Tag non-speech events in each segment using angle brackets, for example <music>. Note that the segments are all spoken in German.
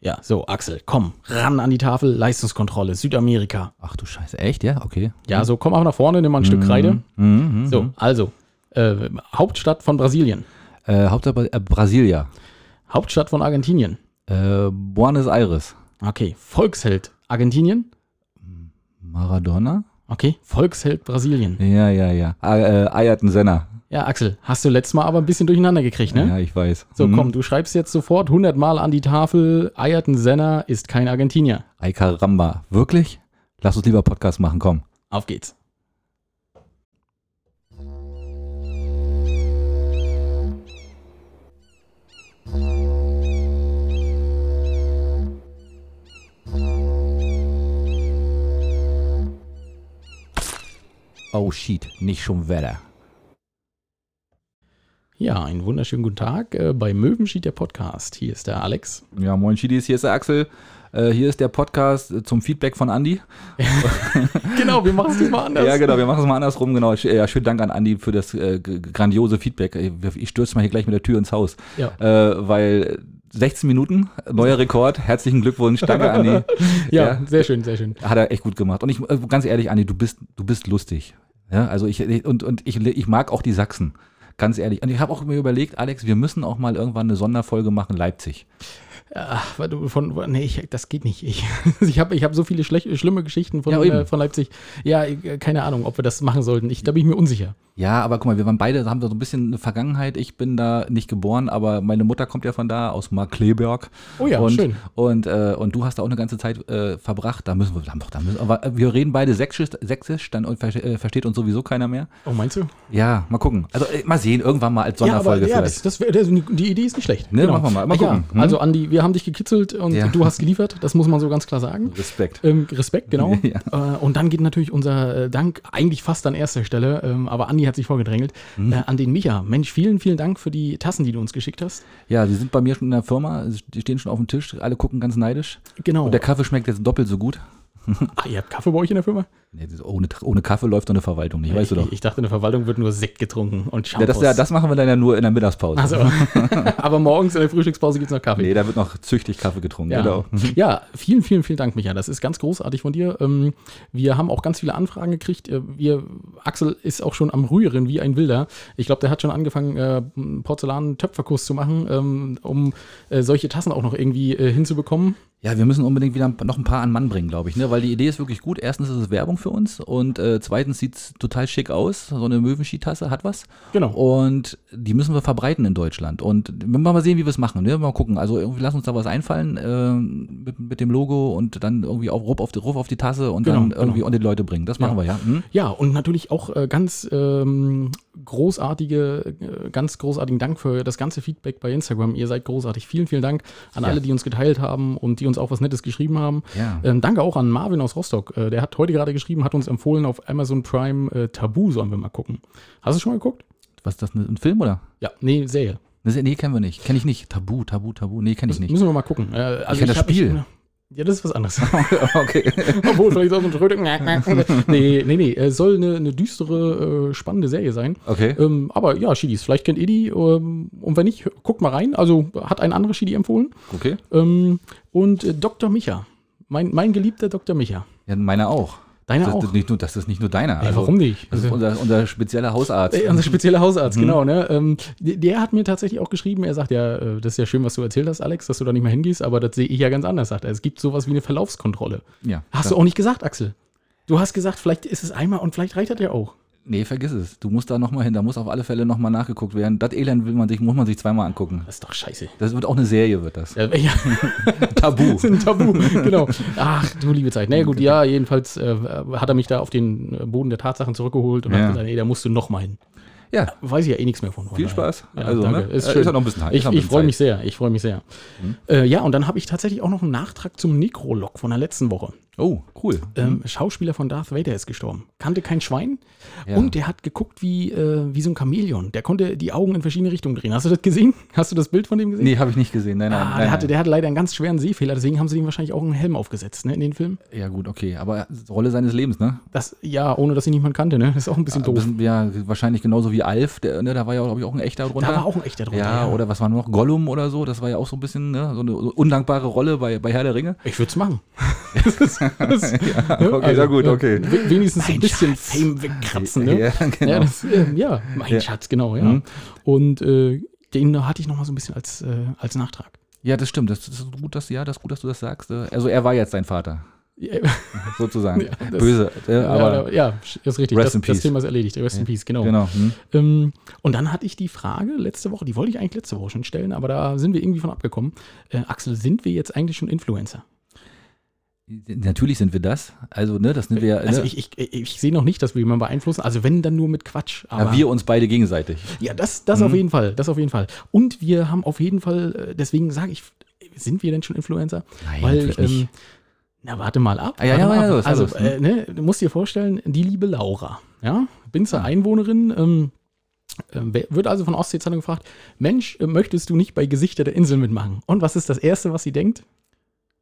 Ja, so, Axel, komm, ran an die Tafel, Leistungskontrolle, Südamerika. Ach du Scheiße, echt? Ja, okay. Ja, so, komm auch nach vorne, nimm mal ein Stück Kreide. Mhm, mhm. So, also, äh, Hauptstadt von Brasilien, Äh, Hauptsache Bra- äh, Brasilia. Hauptstadt von Argentinien. Äh, Buenos Aires. Okay, Volksheld Argentinien. Maradona? Okay, Volksheld Brasilien. Ja, ja, ja. Ah, äh, Ayrton Senna. Ja, Axel, hast du letztes Mal aber ein bisschen durcheinander gekriegt, ne? Ja, ich weiß. So, Mhm. komm, du schreibst jetzt sofort 100 Mal an die Tafel, Ayrton Senna ist kein Argentinier. Ay caramba. Wirklich? Lass uns lieber Podcast machen, komm. Auf geht's. Oh shit, nicht schon Wetter. Ja, einen wunderschönen guten Tag äh, bei Möwenschied der Podcast. Hier ist der Alex. Ja, moin Schiedis, hier ist der Axel. Äh, hier ist der Podcast äh, zum Feedback von Andi. Genau, wir machen es diesmal anders. Ja, genau, wir machen es mal andersrum. Genau. Sch- Ja, schönen Dank an Andi für das äh, g- grandiose Feedback. Ich, ich stürze mal hier gleich mit der Tür ins Haus. Ja. Äh, weil 16 Minuten, neuer Rekord. Herzlichen Glückwunsch. Danke, Andi. Ja, sehr schön, sehr schön. Hat er echt gut gemacht. Und ich, äh, ganz ehrlich, Andi, du bist, du bist lustig. Ja, also ich, ich- und, und ich, ich mag auch die Sachsen. Ganz ehrlich. Und ich habe auch mir überlegt, Alex, wir müssen auch mal irgendwann eine Sonderfolge machen, Leipzig. Ach, warte, von, von- nee, ich, das geht nicht. Ich, <laughs> ich habe ich hab so viele schlech, schlimme Geschichten von, Ja, eben. äh, von Leipzig. Ja, äh, keine Ahnung, ob wir das machen sollten. Ich, da bin ich mir unsicher. Ja, aber guck mal, wir waren beide, haben da so ein bisschen eine Vergangenheit. Ich bin da nicht geboren, aber meine Mutter kommt ja von da, aus Markleberg. Oh ja, und, schön. Und, äh, und du hast da auch eine ganze Zeit äh, verbracht. Da müssen wir, da, da müssen, aber wir reden beide Sächsisch, Sächsisch dann und verste- äh, versteht uns sowieso keiner mehr. Oh, meinst du? Ja, mal gucken. Also äh, mal sehen, irgendwann mal als Sonderfolge ja, das, vielleicht. das wär, das, die Idee ist nicht schlecht. Genau. Ne, machen wir mal. Mal Ach ja, gucken. Hm? Also, Andi, wir haben dich gekitzelt und Ja. du hast geliefert. Das muss man so ganz klar sagen. Respekt. Ähm, Respekt, genau. <laughs> Ja. Äh, und dann geht natürlich unser äh, Dank eigentlich fast an erster Stelle, ähm, aber Andi hat sich vorgedrängelt, Hm? äh, an den Micha. Mensch, vielen, vielen Dank für die Tassen, die du uns geschickt hast. Ja, die sind bei mir schon in der Firma, die stehen schon auf dem Tisch, alle gucken ganz neidisch. Genau. Und der Kaffee schmeckt jetzt doppelt so gut. Ach, ihr habt Kaffee bei euch in der Firma? Nee, das ist- ohne, ohne Kaffee läuft doch eine Verwaltung nicht, weißt du ich, doch. Ich dachte, in der Verwaltung wird nur Sekt getrunken und Ja, Shampoos. das, ja, das machen wir dann ja nur in der Mittagspause. also, <laughs> aber morgens in der Frühstückspause gibt es noch Kaffee. Nee, da wird noch züchtig Kaffee getrunken. Genau. Ja. ja, vielen, vielen, vielen Dank, Micha. Das ist ganz großartig von dir. Ähm, Wir haben auch ganz viele Anfragen gekriegt. Äh, Wir, Axel ist auch schon am Rühren wie ein Wilder. Ich glaube, der hat schon angefangen, äh, Porzellan-Töpferkurs zu machen, ähm, um äh, solche Tassen auch noch irgendwie äh, hinzubekommen. Ja, wir müssen unbedingt wieder noch ein paar an Mann bringen, glaube ich, ne? weil die Idee ist wirklich gut. Erstens ist es Werbung für uns und äh, zweitens sieht es total schick aus. So eine Möwenskitasse hat was. Genau. Und die müssen wir verbreiten in Deutschland. Und wir mal sehen, wie wir es machen. Ne? Mal gucken. Also irgendwie lass uns da was einfallen ähm, mit, mit dem Logo und dann irgendwie auch ruf auf die, ruf auf die Tasse und Genau, dann irgendwie an die Leute bringen. Das machen wir, ja. Hm? Ja, und natürlich auch äh, ganz ähm, großartige, äh, ganz großartigen Dank für das ganze Feedback bei Instagram. Ihr seid großartig. Vielen, vielen Dank an Ja. alle, die uns geteilt haben und die uns auch was Nettes geschrieben haben. Ja. Ähm, danke auch an Marvin aus Rostock. Äh, der hat heute gerade geschrieben, hat uns empfohlen auf Amazon Prime äh, Tabu sollen wir mal gucken. Hast du schon mal geguckt? Was ist das? ne- Ein Film oder? Ja, nee, Serie. Das, nee, kennen wir nicht. Kenn ich nicht. Tabu, Tabu, Tabu. Nee, kenn ich nicht. <laughs> Müssen wir mal gucken. Äh, also kenn das hab- Spiel. ja, das ist was anderes. <laughs> okay. Obwohl, vielleicht auch so ein Schröding. Nee, nee, nee. Äh, Soll eine, eine düstere, äh, spannende Serie sein. <laughs> Okay. Ähm, aber ja, Shidis, vielleicht kennt ihr die. Ähm, und wenn nicht, hö- guckt mal rein. Also hat ein anderer Shidi empfohlen. Okay. Ähm, und äh, Dr. Micha. Mein, mein geliebter Dr. Micha. Ja, meiner auch. Deiner das, auch. Ist nicht nur, das ist nicht nur deiner. Also, Ey, warum nicht? Das ist unser, unser spezieller Hausarzt. Äh, Unser spezieller Hausarzt, Mhm. genau. Ne? Ähm, der, der hat mir tatsächlich auch geschrieben, er sagt ja, äh, das ist ja schön, was du erzählt hast, Alex, dass du da nicht mehr hingehst, aber das sehe ich ja ganz anders, sagt er. Es gibt sowas wie eine Verlaufskontrolle. Ja, Hast klar. du auch nicht gesagt, Axel. Du hast gesagt, vielleicht ist es einmal und vielleicht reicht das ja auch. Nee, vergiss es. Du musst da nochmal hin. Da muss auf alle Fälle nochmal nachgeguckt werden. Das Elend will man sich, muss man sich zweimal angucken. Das ist doch scheiße. Das wird auch eine Serie, wird das. Ja, ja. <laughs> <laughs> Tabu. ein <laughs> Tabu, genau. Ach, du liebe Zeit. Naja, gut, ja, jedenfalls äh, hat er mich da auf den äh, Boden der Tatsachen zurückgeholt und Ja. hat gesagt, nee, da musst du noch mal hin. Ja, Weiß ich ja eh nichts mehr von. von viel daher. Spaß. Ja, also, danke. ne? Ist Äh, schön. ja noch ein bisschen ist Ich, noch ein ich freue bisschen Zeit. Hm? mich sehr, ich freue mich sehr. Äh, ja, und dann habe ich tatsächlich auch noch einen Nachtrag zum Nekrolog von der letzten Woche. Oh, cool. Ähm, Schauspieler von Darth Vader ist gestorben. Kannte kein Schwein. Ja. Und der hat geguckt wie, äh, wie so ein Chamäleon. Der konnte die Augen in verschiedene Richtungen drehen. Hast du das gesehen? <laughs> Hast du das Bild von dem gesehen? Nee, habe ich nicht gesehen. Nein, nein. Ah, nein, der, hatte, nein. der hatte leider einen ganz schweren Sehfehler, deswegen haben sie ihm wahrscheinlich auch einen Helm aufgesetzt, ne, in den Film. Ja, gut, okay. Aber Rolle seines Lebens, ne? Das, ja, ohne dass ihn niemand kannte, ne? Das ist auch ein bisschen doof. Bisschen, ja, wahrscheinlich genauso wie Alf, der, ne, da war ja, glaube ich, auch ein echter drunter. Da war auch ein echter drunter. ja, oder was war noch? Gollum oder so, das war ja auch so ein bisschen ne, so eine undankbare Rolle bei, bei Herr der Ringe. Ich würde es <laughs> machen. Das ist- das- ne, okay, na gut, okay. we- Wenigstens ein bisschen Fame wegkratzen, ne? Ja, <laughs> genau. Ja, das, ähm, ja mein Schatz, genau, ja. Mhm. Und äh, den hatte ich noch mal so ein bisschen als, äh, als Nachtrag. Ja, das stimmt. Das ist gut, dass, ja, das ist gut, dass du das sagst. Äh, Also er war jetzt dein Vater, Ja, sozusagen. Ja, das- Böse. äh, aber <laughs> ja, ja, ist richtig. Rest Das, in das peace. Thema ist erledigt. Rest in Peace, genau. genau. Hm. Ähm, und dann hatte ich die Frage letzte Woche, die wollte ich eigentlich letzte Woche schon stellen, aber da sind wir irgendwie von abgekommen. Äh, Axel, sind wir jetzt eigentlich schon Influencer? Natürlich sind wir das. Also, ne, das sind wir ja. Also ne, ich, ich, ich sehe noch nicht, dass wir jemanden beeinflussen. Also wenn, dann nur mit Quatsch. aber wir Mhm. uns beide gegenseitig. Ja, das, das auf jeden Fall, das auf jeden Fall. Und wir haben auf jeden Fall, äh, deswegen sage ich, sind wir denn schon Influencer? Nein, Weil, natürlich ähm, nicht. na, warte mal ab. Ah, ja, warte ja, mal ja, ab. los, ja, also, los, ne? äh, ne, du musst dir vorstellen, die liebe Laura, ja, Binzer Einwohnerin, ähm, ähm, wer- wird also von Ostsee-Zeitung gefragt, Mensch, äh, möchtest du nicht bei Gesichter der Insel mitmachen? Und was ist das Erste, was sie denkt?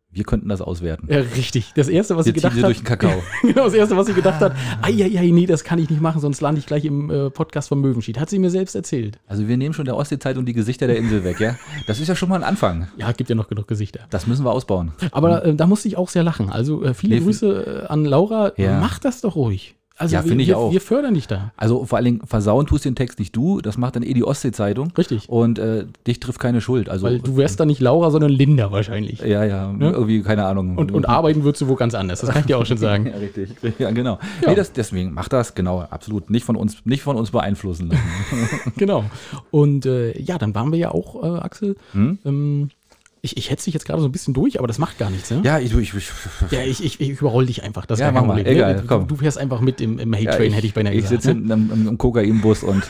Wir könnten das auswerten. Ja, richtig. Das Erste, was wir sie ziehen gedacht sie hat, durch <laughs> den Kakao. Genau, das Erste, was sie gedacht hat, eieiei, nee, das kann ich nicht machen, sonst lande ich gleich im äh, Podcast von Möwenschied. Hat sie mir selbst erzählt. Also wir nehmen schon der Ostsee-Zeit und die Gesichter der Insel weg, ja? Das ist ja schon mal ein Anfang. Ja, gibt ja noch genug Gesichter. Das müssen wir ausbauen. Aber äh, da musste ich auch sehr lachen. Also äh, viele Nee, Grüße äh, an Laura. Ja. Mach das doch ruhig. Also Ja, wir- finde ich wir, auch. wir fördern dich da. Also vor allen Dingen versauen tust den Text nicht du, das macht dann eh die Ostsee-Zeitung. Richtig. Und äh, dich trifft keine Schuld. Also Weil du wärst da nicht Laura, sondern Linda wahrscheinlich. ja, ja, irgendwie keine Ahnung. Und, und arbeiten würdest du wo ganz anders. Das kann ich dir auch schon <laughs> sagen. ja, richtig. Ja, genau. Nee, das, deswegen macht das genau absolut nicht von uns, nicht von uns <laughs> beeinflussen lassen. genau. Und äh, ja, dann waren wir ja auch, äh, Axel. Ähm, ich, ich hetze dich jetzt gerade so ein bisschen durch, aber das macht gar nichts. Ne? ja, ich, ich, ich Ja, ich, ich, ich überroll dich einfach. Das ist Ja, gar kein mach mal. Problem. Egal, Ne? du, komm. du fährst einfach mit im, im Hate-Train, hätte ich beinahe Ich gesagt. <laughs> sitze ne? hinten am, am, am <laughs> Kokainbus und,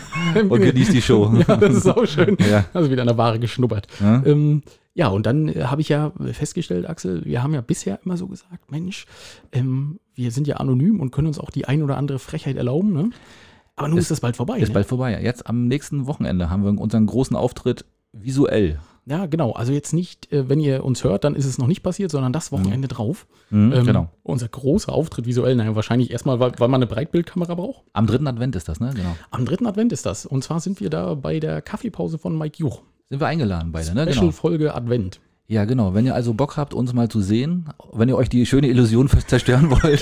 und genieße die Show. ja, das ist auch schön. <laughs> Ja. Also wieder an der Ware geschnuppert. Ja, ähm, ja und dann äh, habe ich ja festgestellt, Axel, wir haben ja bisher immer so gesagt, Mensch, ähm, wir sind ja anonym und können uns auch die ein oder andere Frechheit erlauben. Ne? Aber nun ist, das bald vorbei. Ist ne? bald vorbei. Jetzt am nächsten Wochenende haben wir unseren großen Auftritt visuell. Ja, genau. Also jetzt nicht, äh, wenn ihr uns hört, dann ist es noch nicht passiert, sondern das Wochenende drauf. Mhm, Ähm, Genau. Unser großer Auftritt visuell, naja, wahrscheinlich erstmal, weil, weil man eine Breitbildkamera braucht. Am dritten Advent ist das, ne? Genau. Am dritten Advent ist das. Und zwar sind wir da bei der Kaffeepause von Mike Juch. Sind wir eingeladen beide, ne? Genau. Special-Folge Advent. Ja, genau. Wenn ihr also Bock habt, uns mal zu sehen, wenn ihr euch die schöne Illusion fast <laughs> zerstören wollt.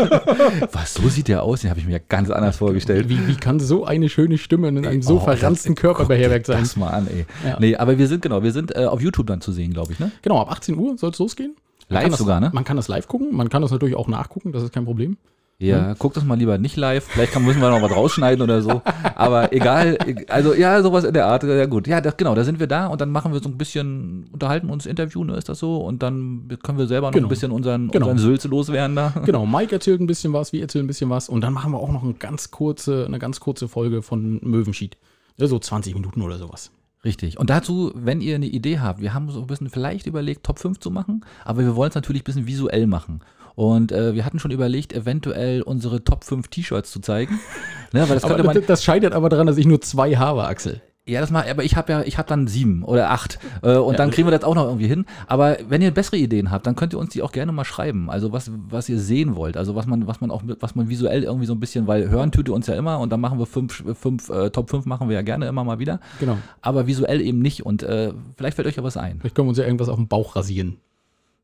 Was, so sieht der aus? Den habe ich mir ja ganz anders vorgestellt. Wie, wie kann so eine schöne Stimme in einem so Oh, verranzten das- Körper beherbergt sein? Das mal an, ey. Ja. Nee, aber wir sind, genau, wir sind äh, auf YouTube dann zu sehen, glaube ich, ne? Genau, ab 18 Uhr soll es losgehen. Man Live kann das, sogar, ne? Man kann das live gucken, man kann das natürlich auch nachgucken, das ist kein <laughs> Problem. Ja, guckt das mal lieber nicht live. Vielleicht kann, müssen wir noch was rausschneiden oder so. Aber egal, e- also ja, sowas in der Art. Ja, gut. Ja, das, genau, da sind wir da und dann machen wir so ein bisschen, unterhalten uns, interviewen, ne, ist das so? Und dann können wir selber noch Genau. ein bisschen unseren, Genau. unseren Sülze loswerden da. Genau, Mike erzählt ein bisschen was, wir erzählen ein bisschen was und dann machen wir auch noch eine ganz kurze, eine ganz kurze Folge von Möwenschied. Ja, So 20 Minuten oder sowas. Richtig. Und dazu, wenn ihr eine Idee habt, wir haben so ein bisschen vielleicht überlegt, Top 5 zu machen, aber wir wollen es natürlich ein bisschen visuell machen. Und äh, wir hatten schon überlegt, eventuell unsere Top 5 T-Shirts zu zeigen. <laughs> ne, weil das Aber könnte man, das- das scheitert aber daran, dass ich nur zwei habe, Axel. ja, das mal, aber ich habe ja, ich habe dann sieben oder acht. Äh, und dann kriegen wir das auch noch irgendwie hin. Aber wenn ihr bessere Ideen habt, dann könnt ihr uns die auch gerne mal schreiben. Also was, was ihr sehen wollt. Also was man, was man auch, mit- was man visuell irgendwie so ein bisschen, weil hören tut ihr uns ja immer und dann machen wir fünf, fünf äh, Top 5 machen wir ja gerne immer mal wieder. Genau. Aber visuell eben nicht. Und äh, vielleicht fällt euch ja was ein. Vielleicht können wir uns ja irgendwas auf den Bauch rasieren.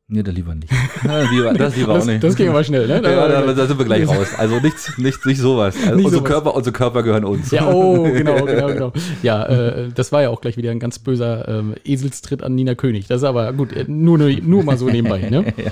Nee, da lieber <laughs> nicht. Ja, lieber, das lieber Das, auch nicht. das ging aber schnell, ne? <laughs> ja, da, da sind wir gleich raus. Also nichts, nichts, nicht sowas. Also Nicht unsere, sowas. Körper, unsere Körper gehören uns. Ja, <laughs> oh, genau, genau, genau. Ja, äh, das war ja auch gleich wieder ein ganz böser ähm, Eselstritt an Nina König. Das ist aber gut, äh, <laughs> nur, nur, nur mal so nebenbei. Ne? ja.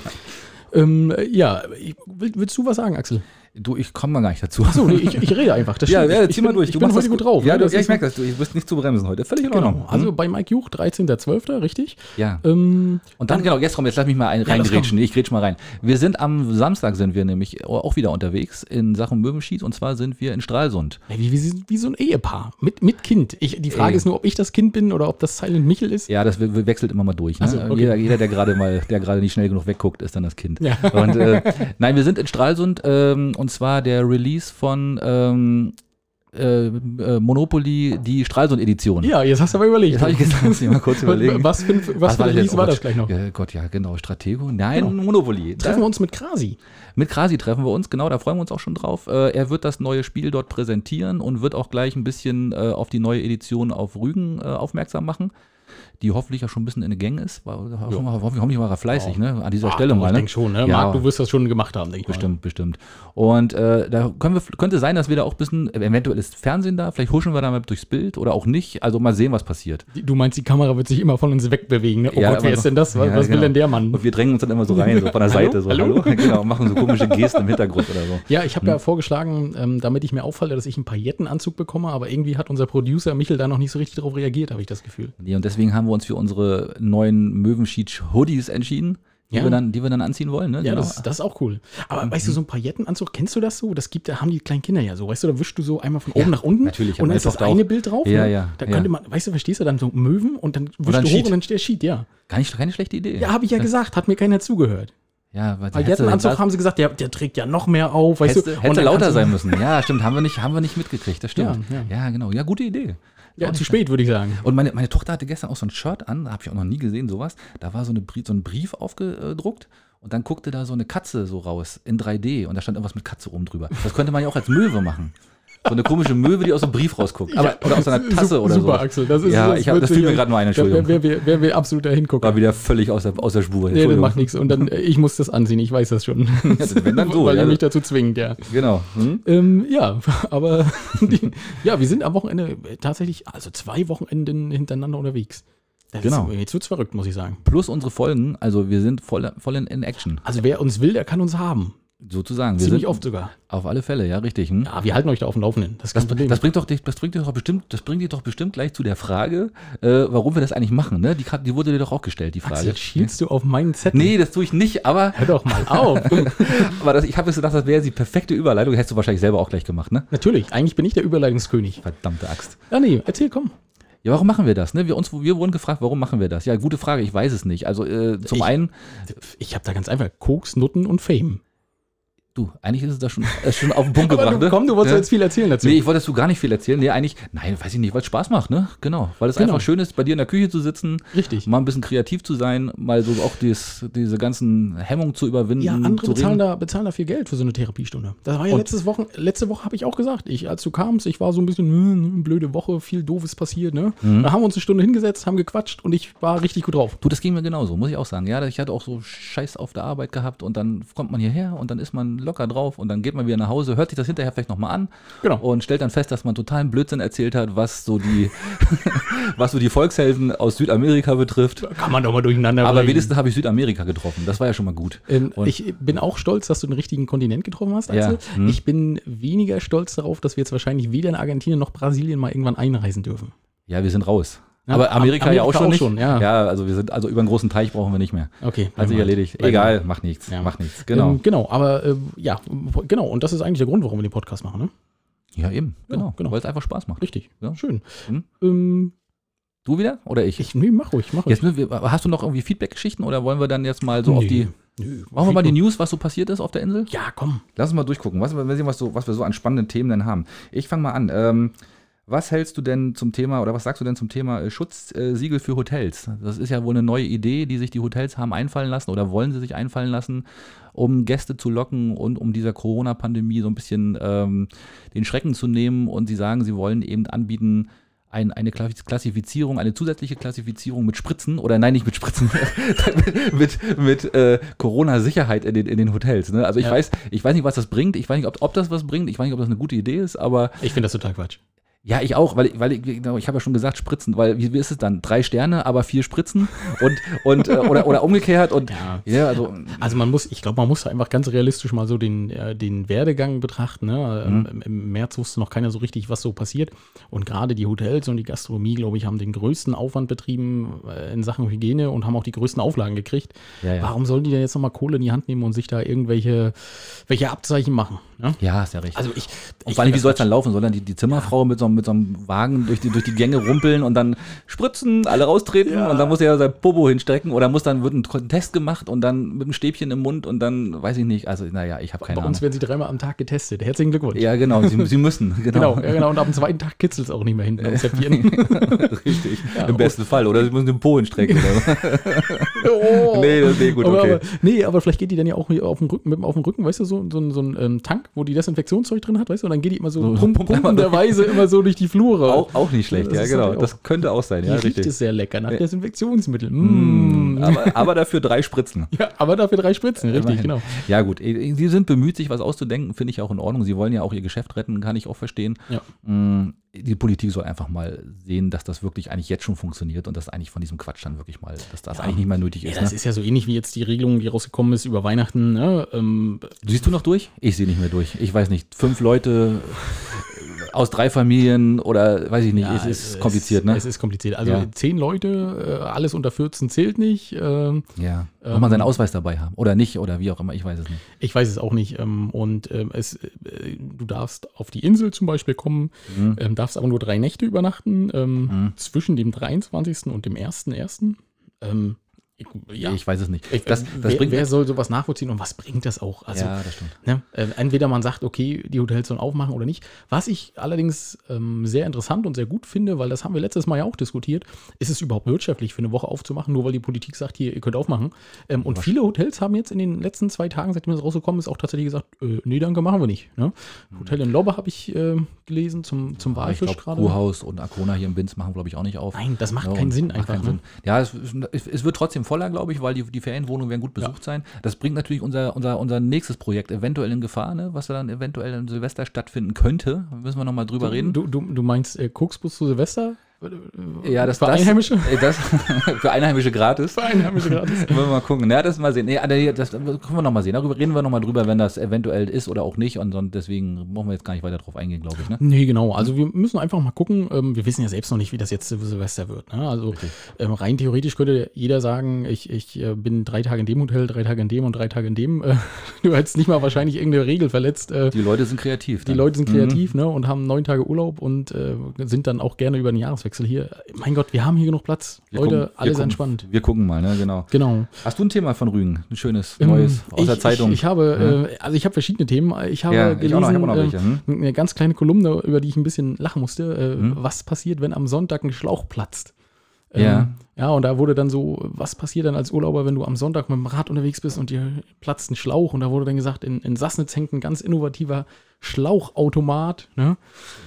Ähm, ja, ich- will, willst du was sagen, Axel? Du, ich komme mal gar nicht dazu. Achso, nee, ich, ich rede einfach. Das ja, stimmt. ja, ich, zieh ich mal bin, durch. Ich bin heute das gut drauf. Ja, ne? du, Das ja ich ist- merke das. Du, ich bist nicht zu bremsen heute. Völlig in Ordnung. Genau. Also bei Mike Juch, 13.12., richtig? Mhm. ja. Ähm, Und dann, genau, jetzt komm, jetzt lass mich mal ein, Ja, das reingrätschen. Ich grätsch mal rein. Wir sind am Samstag, sind wir nämlich auch wieder unterwegs in Sachen Möwenschied. Und zwar sind wir in Stralsund. wie, wie, wie so ein Ehepaar mit, mit Kind. Ich, die Frage Ey. ist nur, ob ich das Kind bin oder ob das Silent Michel ist. Ja, das we- we- wechselt immer mal durch. Ne? Ach so, okay. jeder, jeder, der gerade mal, der gerade nicht schnell genug wegguckt, ist dann das Kind. Ja. Und, äh, nein, wir sind in Stralsund ähm, und zwar der Release von ähm, äh, äh, Monopoly, die Stralsund-Edition. Ja, jetzt hast du aber überlegt. Jetzt habe ich gesagt, muss ich <laughs> mal kurz überlegen. Was für, ein- was für ein denn? Release Oh war Gott. das gleich noch? Genau. Äh, Gott, ja, genau. Stratego? Nein, Monopoly. Treffen wir uns mit Krasi. Mit Krasi treffen wir uns, genau, da freuen wir uns auch schon drauf. Äh, er wird das neue Spiel dort präsentieren und wird auch gleich ein bisschen äh, auf die neue Edition auf Rügen äh, aufmerksam machen, die hoffentlich ja schon ein bisschen in der Gang ist. War, hoffentlich, war- hoffentlich war er fleißig, ne? An dieser Stelle Ah, mal. Ich Ne? denke schon, ne? Ja. Marc, du wirst das schon gemacht haben, denke ich mal. Bestimmt, bestimmt. Und äh, da können wir, könnte sein, dass wir da auch ein bisschen, eventuell ist Fernsehen da, vielleicht huschen wir da mal durchs Bild oder auch nicht. Also mal sehen, was passiert. Die- Du meinst, die Kamera wird sich immer von uns wegbewegen. Ne? Oh Ja, Gott, wer aber- ist denn das? Was, Ja, was will genau. denn der Mann? Und wir drängen uns dann immer so rein, so von der Hallo? Seite, so Hallo? hallo, <laughs> genau, machen so komische Gesten im Hintergrund oder so. Ja, ich habe ja vorgeschlagen, ähm, damit ich mir auffalle, dass ich einen Paillettenanzug bekomme, aber irgendwie hat unser Producer Michel da noch nicht so richtig drauf reagiert, habe ich das Gefühl. Nee, und deswegen haben wir uns für unsere neuen Möwenschied-Hoodies entschieden, die, Ja. wir dann, die wir dann anziehen wollen. Ne? Ja, Genau. das, das ist auch cool. Aber weißt du, so ein Paillettenanzug, kennst du das so? Das gibt, da haben die kleinen Kinder ja so. Weißt du, da wischst du so einmal von oben nach unten natürlich, und aber dann ist meine das Tochter eine auch. Bild drauf. Ja, ne? ja, Da ja. könnte man, weißt du, verstehst du, dann so Möwen und dann wischst dann du hoch Schied. und dann steht der Schied, ja. Keine, keine schlechte Idee. Ja, habe ich ja gesagt, hat mir keiner zugehört. ja weil Paillettenanzug haben sie gesagt, der, der trägt ja noch mehr auf, weißt Hättest, du. oh, hättest, dann lauter kannst du- sein müssen. Ja, stimmt, haben wir nicht, haben wir nicht mitgekriegt, <laughs> das stimmt. Ja, Ja, ja. genau. Ja, gute Idee. Ja, zu spät, würde ich sagen. Und meine, meine Tochter hatte gestern auch so ein Shirt an, habe ich auch noch nie gesehen, sowas. Da war so, eine, Brie- so ein Brief aufgedruckt und dann guckte da so eine Katze so raus in 3D und da stand irgendwas mit Katze oben drüber. Das könnte man ja auch als Möwe machen. So eine komische Möwe, die aus einem Brief rausguckt. Aber, oder aus einer Su- Äh, Tasse oder so. Super, Axel. Das ist ja, ich hab, wird das fiel mir sicher- gerade nur ein, Da Entschuldigung. Wer, wer, wer, wer will absolut da hingucken? War wieder völlig aus der, aus der Spur. Nee, das Entschuldigung. macht nichts. Und dann, äh, ich muss das ansehen, ich weiß das schon. das- <laughs> wenn dann so, Weil <laughs> ja, er mich das- dazu zwingt, ja. Genau. Hm? Ähm, ja, <laughs> aber die, ja, wir sind am Wochenende tatsächlich, also zwei Wochenenden hintereinander unterwegs. Das Genau. ist, jetzt wird's verrückt, muss ich sagen. Plus unsere Folgen, also wir sind voll, voll in, in Action, Also wer uns will, der kann uns haben. sozusagen. Wir Ziemlich sind oft sogar. Auf alle Fälle, ja, richtig. Hm? Ja, wir halten euch da auf dem Laufenden. Das ist kein Das, Problem. das bringt doch, dich- das bringt dich doch bestimmt, das bringt dich doch bestimmt gleich zu der Frage, äh, warum wir das eigentlich machen. Ne? Die, Ka- die wurde dir doch auch gestellt, die Frage. Axel, schielst du auf meinen Zettel? nee, das tue ich nicht, aber, Hör doch mal auf. aber das, ich habe jetzt gedacht, das wäre die perfekte Überleitung. Hättest du wahrscheinlich selber auch gleich gemacht, ne? Natürlich, eigentlich bin ich der Überleitungskönig. Verdammte Axt. Ja, nee, erzähl, komm. Ja, warum machen wir das? Ne? Wir, uns, wir wurden gefragt, warum machen wir das? Ja, gute Frage, ich weiß es nicht. Also äh, zum Ich- einen, Ich habe da ganz einfach Koks, Nutten und Fame. du, eigentlich ist es da schon, äh, schon auf <laughs> den Punkt gebracht. ne? Ja. viel erzählen dazu. Nee, ich wollte dazu gar nicht viel erzählen. Nee, eigentlich, nein, weiß ich nicht, weil es Spaß macht, ne? Genau. Weil es Genau. einfach schön ist, bei dir in der Küche zu sitzen, Richtig. mal ein bisschen kreativ zu sein, mal so auch dies, diese ganzen Hemmungen zu überwinden. Ja, andere zu bezahlen reden. da, bezahlen da viel Geld für so eine Therapiestunde. Das war ja Und- letztes Wochen, letzte Woche habe ich auch gesagt, ich, als du kamst, ich war so ein bisschen, hm, hm, blöde Woche, viel Doofes passiert, ne? Da haben wir uns eine Stunde hingesetzt, haben gequatscht und ich war richtig gut drauf. Du, das ging mir genauso, muss ich auch sagen. Ja, ich hatte auch so Scheiß auf der Arbeit gehabt und dann kommt man hierher und dann ist man locker drauf und dann geht man wieder nach Hause, hört sich das hinterher vielleicht nochmal an Genau. und stellt dann fest, dass man totalen Blödsinn erzählt hat, was so die, <laughs> was so die Volkshelden aus Südamerika betrifft. Kann man doch mal durcheinander Aber bringen. wenigstens habe ich Südamerika getroffen. Das war ja schon mal gut. Ähm, Und- ich bin auch stolz, dass du den richtigen Kontinent getroffen hast, Ja, Axel. hm. Ich bin weniger stolz darauf, dass wir jetzt wahrscheinlich weder in Argentinien noch Brasilien mal irgendwann einreisen dürfen. Ja, wir sind raus. Ja, aber Amerika, Am- ja auch Amerika auch schon. nicht. schon, ja. also wir sind, also über einen großen Teich brauchen wir nicht mehr. Okay. Hat sich erledigt. Egal. Egal, macht nichts. Ja. Macht nichts, Genau. genau. Ähm, genau, aber äh, ja, genau. Und das ist eigentlich der Grund, warum wir den Podcast machen, ne? ja, eben, genau. Ja, genau. Weil es einfach Spaß macht. Richtig. Ja. Schön. Hm? Ähm, Du wieder? Oder ich? ich, nee, mach ruhig, mach ruhig. Jetzt müssen wir, hast du noch irgendwie Feedback-Geschichten oder wollen wir dann jetzt mal so auf Nö, die. nö. Machen wir mal die News, was so passiert ist auf der Insel? Ja, komm. Lass uns mal durchgucken, was, wir sehen, was, so, was wir so an spannenden Themen denn haben. Ich fange mal an. Ähm, was hältst du denn zum Thema oder was sagst du denn zum Thema äh, Schutzsiegel für Hotels? Das ist ja wohl eine neue Idee, die sich die Hotels haben einfallen lassen oder wollen sie sich einfallen lassen, um Gäste zu locken und um dieser Corona-Pandemie so ein bisschen ähm, den Schrecken zu nehmen. Und sie sagen, sie wollen eben anbieten, ein, eine Kla- Klassifizierung, eine zusätzliche Klassifizierung mit Spritzen oder nein, nicht mit Spritzen, <laughs> mit, mit äh, Corona-Sicherheit in den, in den Hotels. Ne? Also ich Ja. weiß, ich weiß nicht, was das bringt, ich weiß nicht, ob, ob das was bringt, ich weiß nicht, ob das eine gute Idee ist, aber Ich finde das total Quatsch. Ja, ich auch, weil, ich- weil ich, genau, ich habe ja schon gesagt, Spritzen, weil wie, wie ist es dann? Drei Sterne, aber vier Spritzen und, und äh, oder, oder umgekehrt und Ja. also Also man muss, ich glaube, man muss da einfach ganz realistisch mal so den, äh, den Werdegang betrachten. Ne? Mhm. Ähm, Im, Im März wusste noch keiner so richtig, was so passiert. Und gerade die Hotels und die Gastronomie, glaube ich, haben den größten Aufwand betrieben äh, in Sachen Hygiene und haben auch die größten Auflagen gekriegt. Ja, ja. Warum sollen die denn jetzt nochmal Kohle in die Hand nehmen und sich da irgendwelche welche Abzeichen machen? Ne? ja, ist ja richtig. Also ich, und vor allem, wie soll es dann laufen? Soll dann die, die Zimmerfrau mit, so, einem- mit so einem Wagen durch die, durch die Gänge rumpeln und dann spritzen, alle raustreten und dann muss er ja sein Popo hinstrecken oder muss dann wird ein Ko- Test gemacht und dann mit einem Stäbchen im Mund und dann weiß ich nicht. Also naja, ich habe keine bei Ahnung. uns werden sie dreimal am Tag getestet. Herzlichen Glückwunsch. Ja, genau, sie, <laughs> sie müssen, genau. Genau, ja, genau. Und ab dem zweiten Tag kitzelt es auch nicht mehr hinten am Zäpfchen. <laughs> <laughs> Richtig. Im besten Fall. Oder sie müssen den Po hinstrecken. Oder? oh. so. <laughs> nee, das- nee, gut, aber, okay. aber, nee, aber vielleicht geht die dann ja auch hier auf dem Rücken, mit dem- auf dem Rücken, weißt du, so, so, ein- so ein ähm, Tank, wo die Desinfektionszeug drin hat, weißt du, und dann geht die immer so, <laughs> So, pump, pumpt einmal pumpenderweise immer so durch die Flure. Auch, auch nicht schlecht, Das ja, ist genau. natürlich auch- Das könnte auch sein, die ja, riecht richtig. es sehr lecker nach Desinfektionsmittel. Mm. Aber, aber dafür drei Spritzen. Ja, aber dafür drei Spritzen, <laughs> richtig, genau. Ja, gut. eh, Sie sind bemüht, sich was auszudenken, finde ich auch in Ordnung. Sie wollen ja auch ihr Geschäft retten, kann ich auch verstehen. genau. Ja. Mm, Die Politik soll einfach mal sehen, dass das wirklich eigentlich jetzt schon funktioniert und dass eigentlich von diesem Quatsch dann wirklich mal, dass das eigentlich nicht mehr nötig Ja, ist. das ne? ist ja so ähnlich wie jetzt die Regelung, die rausgekommen ist über Weihnachten. Ne? Ähm, Siehst du noch durch? Ich sehe nicht mehr durch. Ich weiß nicht. Fünf Leute aus drei Familien oder weiß ich nicht. ja, es ist kompliziert, ne? Es ist kompliziert. Also Ja. zehn Leute, äh, alles unter 14 zählt nicht. Ähm, ja. ähm, Muss man seinen Ausweis dabei haben oder nicht oder wie auch immer. Ich weiß es nicht. Ich weiß es auch nicht. Ähm, und ähm, es, äh, du darfst auf die Insel zum Beispiel kommen, ähm, darfst aber nur drei Nächte übernachten, ähm, zwischen dem 23. und dem 1.1. Ähm, ich, ja, Ich weiß es nicht. Ich- das, ähm, das wer, bringt wer soll sowas nachvollziehen und was bringt das auch? Also, ja, das stimmt. ne, äh, entweder man sagt, okay, die Hotels sollen aufmachen oder nicht. Was ich allerdings ähm, sehr interessant und sehr gut finde, weil das haben wir letztes Mal ja auch diskutiert, ist es überhaupt wirtschaftlich für eine Woche aufzumachen, nur weil die Politik sagt, hier, ihr könnt aufmachen. Ähm, und viele Hotels haben jetzt in den letzten zwei Tagen, seitdem das rausgekommen ist, auch tatsächlich gesagt, äh, nee, danke, machen wir nicht. Ne? Hotel in Lobbe habe ich äh, gelesen zum, zum Aber Hm. ich Walfisch glaube, gerade. Kuhhaus und Arcona hier im Binz machen, glaube ich, auch nicht auf. Nein, das macht Ja, keinen und Sinn macht einfach. keinen ne? Sinn. Ja, es, es, es wird trotzdem voller, glaube ich, weil die, die Ferienwohnungen werden gut besucht sein. Das bringt natürlich unser, unser, unser nächstes Projekt eventuell in Gefahr, ne? was wir dann eventuell in Silvester stattfinden könnte. Müssen wir nochmal drüber reden. Du, du, du meinst äh, Koksbus zu Silvester? ja, das, für das, Einheimische? <laughs> äh, Das, <laughs> für Einheimische gratis. Verein haben wir gratis. Wollen wir mal gucken. Na, das mal sehen. Nee, nee, das können wir nochmal sehen. Darüber reden wir nochmal drüber, wenn das eventuell ist oder auch nicht. Und, und deswegen brauchen wir jetzt gar nicht weiter drauf eingehen, glaube ich. Ne? Nee, genau. Also wir müssen einfach mal gucken. Ähm, wir wissen ja selbst noch nicht, wie das jetzt Sil- Silvester wird. Ne? Also ähm, rein theoretisch könnte jeder sagen, ich, ich äh, bin drei Tage in dem Hotel, drei Tage in dem und drei Tage in dem. Äh, <laughs> du hättest nicht mal wahrscheinlich irgendeine Regel verletzt. Äh, Die Leute sind kreativ. die Leute sind kreativ Mhm. ne, und haben neun Tage Urlaub und äh, sind dann auch gerne über den Jahreswechsel hier. Mein Gott, wir haben hier genug Platz. Leute, alles gucken, entspannt. Wir gucken mal, ne? genau. Genau. Hast du ein Thema von Rügen? Ein schönes, neues, Ähm, aus ich, der Zeitung? Ich, ich habe, äh, also ich habe verschiedene Themen. Ich habe Ja, gelesen, ich auch noch, ich habe noch welche, hm? ähm, eine ganz kleine Kolumne, über die ich ein bisschen lachen musste. Äh, Was passiert, wenn am Sonntag ein Schlauch platzt? Ähm, Ja. Ja, und da wurde dann so, was passiert dann als Urlauber, wenn du am Sonntag mit dem Rad unterwegs bist und dir platzt ein Schlauch? Und da wurde dann gesagt, in, in Sassnitz hängt ein ganz innovativer Schlauchautomat. Ne?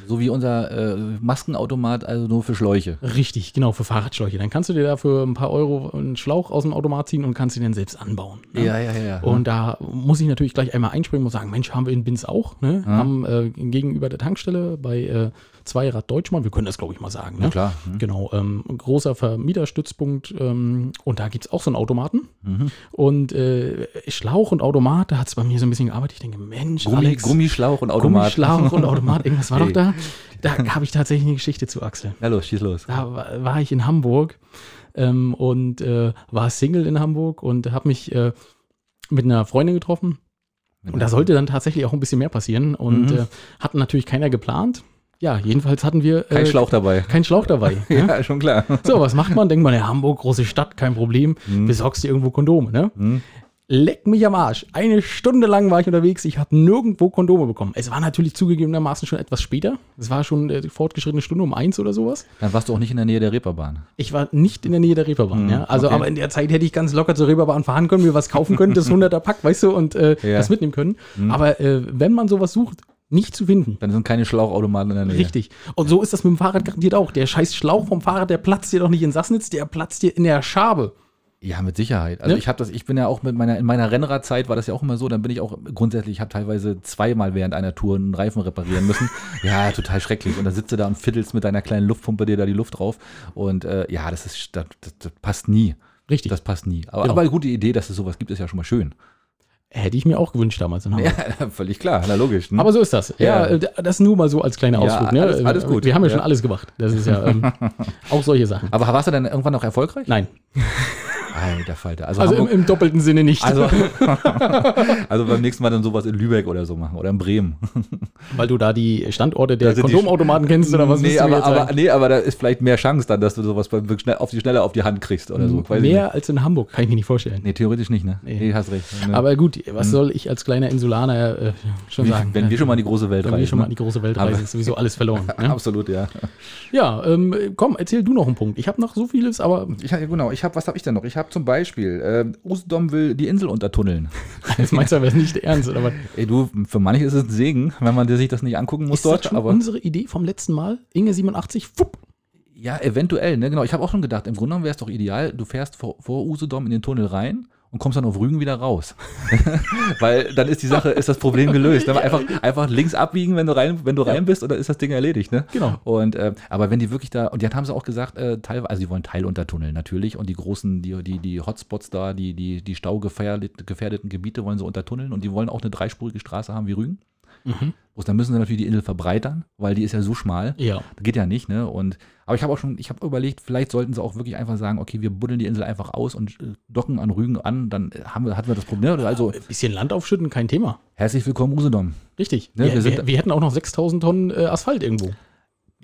so wie unser äh, Maskenautomat, also nur für Schläuche. Richtig, genau, für Fahrradschläuche. Dann kannst du dir dafür ein paar Euro einen Schlauch aus dem Automat ziehen und kannst ihn dann selbst anbauen. ne? ja, ja. Und da muss ich natürlich gleich einmal einspringen und sagen, Mensch, haben wir in Binz auch, ne? Haben äh, gegenüber der Tankstelle bei äh, Zweirad Deutschmann, wir können das glaube ich mal sagen, ne? Na klar, Mhm. Genau, ähm, ein großer Vermieterstützpunkt ähm, und da gibt es auch so einen Automaten. Mhm. Und äh, Schlauch und Automat, da hat es bei mir so ein bisschen gearbeitet. Ich denke, Mensch, Gummi, Alex, Gummischlauch und Automat. Gummischlauch und Automat, irgendwas <laughs> war doch da. Da habe ich tatsächlich eine Geschichte zu, Axel Na los, schieß los. da wa- war ich in Hamburg ähm, und äh, war Single in Hamburg und habe mich äh, mit einer Freundin getroffen. Und da sollte dann tatsächlich auch ein bisschen mehr passieren. Und Mhm. äh, hatten natürlich keiner geplant. Ja, jedenfalls hatten wir äh, Kein Schlauch dabei. keinen Schlauch dabei. <laughs> Ja, <laughs> schon klar. So, was macht man? Denkt man, ja, Hamburg, große Stadt, kein Problem. Mhm. Besorgst dir irgendwo Kondome, ne? Leck mich am Arsch. Eine Stunde lang war ich unterwegs. Ich habe nirgendwo Kondome bekommen. Es war natürlich zugegebenermaßen schon etwas später. Es war schon äh, fortgeschrittene Stunde um eins oder sowas. Dann warst du auch nicht in der Nähe der Reeperbahn. Ich war nicht in der Nähe der Reeperbahn, ja. Also, Mhm, okay. aber in der Zeit hätte ich ganz locker zur Reeperbahn fahren können, mir was kaufen können, das 100er Pack, weißt du, und äh, Ja. Mhm. das mitnehmen können. Aber äh, wenn man sowas sucht, nicht zu finden. Dann sind keine Schlauchautomaten in der Nähe. Richtig. Und so ist das mit dem Fahrrad garantiert auch. Der scheiß Schlauch vom Fahrrad, der platzt dir doch nicht in Sassnitz, der platzt dir in der Schabe. Ja, mit Sicherheit. Also Ne? ich habe das, ich bin ja auch mit meiner, in meiner Rennradzeit war das ja auch immer so, dann bin ich auch grundsätzlich, ich habe teilweise zweimal während einer Tour einen Reifen reparieren <laughs> müssen. ja, total schrecklich. Und dann sitzt du da und fiddelst mit deiner kleinen Luftpumpe dir da die Luft drauf. Und äh, ja, das ist, das, das, das passt nie. Richtig. Das passt nie. Aber, Genau. aber eine gute Idee, dass es sowas gibt, ist ja schon mal schön. Hätte ich mir auch gewünscht damals in Hamburg. Ja, <laughs> völlig klar, na logisch. ne? Aber so ist das. Ja, Ja. äh, das nur mal so als kleiner Ja, Ausflug. Ne? alles- alles gut. Wir haben ja, Ja. schon alles gemacht. Das ist ja <laughs> ähm, auch solche Sachen. aber warst du dann irgendwann noch erfolgreich? Nein, Alter Falter. Also, also im, Hamburg- im doppelten Sinne nicht. <laughs> also, <laughs> also beim nächsten Mal dann sowas in Lübeck oder so machen oder in Bremen. Weil du da die Standorte der Da sind die Kondomautomaten kennst oder was nee, willst du mir aber, jetzt aber, sagen? nee, aber da ist vielleicht mehr Chance dann, dass du sowas beim, schnell, auf die Schnelle auf die Hand kriegst oder so. Weiß ich nicht. Mehr als in Hamburg, kann ich mir nicht vorstellen. Nee, theoretisch nicht, ne? Nee. Nee, hast recht. Ne? Aber gut, was soll ich als kleiner Insulaner äh, schon sagen? wenn wir schon mal in die große Welt Wenn wir reisen. schon mal in ne? die große Welt reisen, Aber- ist sowieso alles <laughs> verloren. Ne? Absolut, ja. Ja, ähm, komm, erzähl du noch einen Punkt. Ich habe noch so vieles, <laughs> aber Ich, ja genau, ich hab, was habe ich denn noch? Ich habe zum Beispiel, ähm, Usedom will die Insel untertunneln. das meinst du aber nicht ernst. Oder was? Ey, du, für manche ist es ein Segen, wenn man sich das nicht angucken muss Ist dort. das schon unsere Idee vom letzten Mal? Inge 87, fupp. Ja, eventuell, ne? Genau. Ich habe auch schon gedacht, im Grunde genommen wäre es doch ideal, du fährst vor, vor Usedom in den Tunnel rein und kommst dann auf Rügen wieder raus. <laughs> Weil dann ist die Sache, ist das Problem gelöst. Ne? Einfach, einfach links abbiegen, wenn du rein, wenn du rein bist, und dann ist das Ding erledigt, ne? Genau. Und äh, aber wenn die wirklich da, und dann haben sie auch gesagt, äh, teilweise, also sie wollen Teiluntertunneln natürlich und die großen, die, die, die Hotspots da, die, die, die staugefährdeten gefährdeten Gebiete wollen sie untertunneln und die wollen auch eine dreispurige Straße haben wie Rügen. Bloß dann müssen sie natürlich die Insel verbreitern, weil die ist ja so schmal. Ja. Geht ja nicht, ne? Und aber ich habe auch schon, ich habe überlegt, vielleicht sollten sie auch wirklich einfach sagen, okay, wir buddeln die Insel einfach aus und äh, docken an Rügen an, dann äh, haben wir, hatten wir das Problem. ne? Also Ein bisschen Land aufschütten, kein Thema. herzlich willkommen, Usedom. Richtig. Ne, wir, wir sind- wir, wir hätten auch noch 6000 Tonnen äh, Asphalt irgendwo.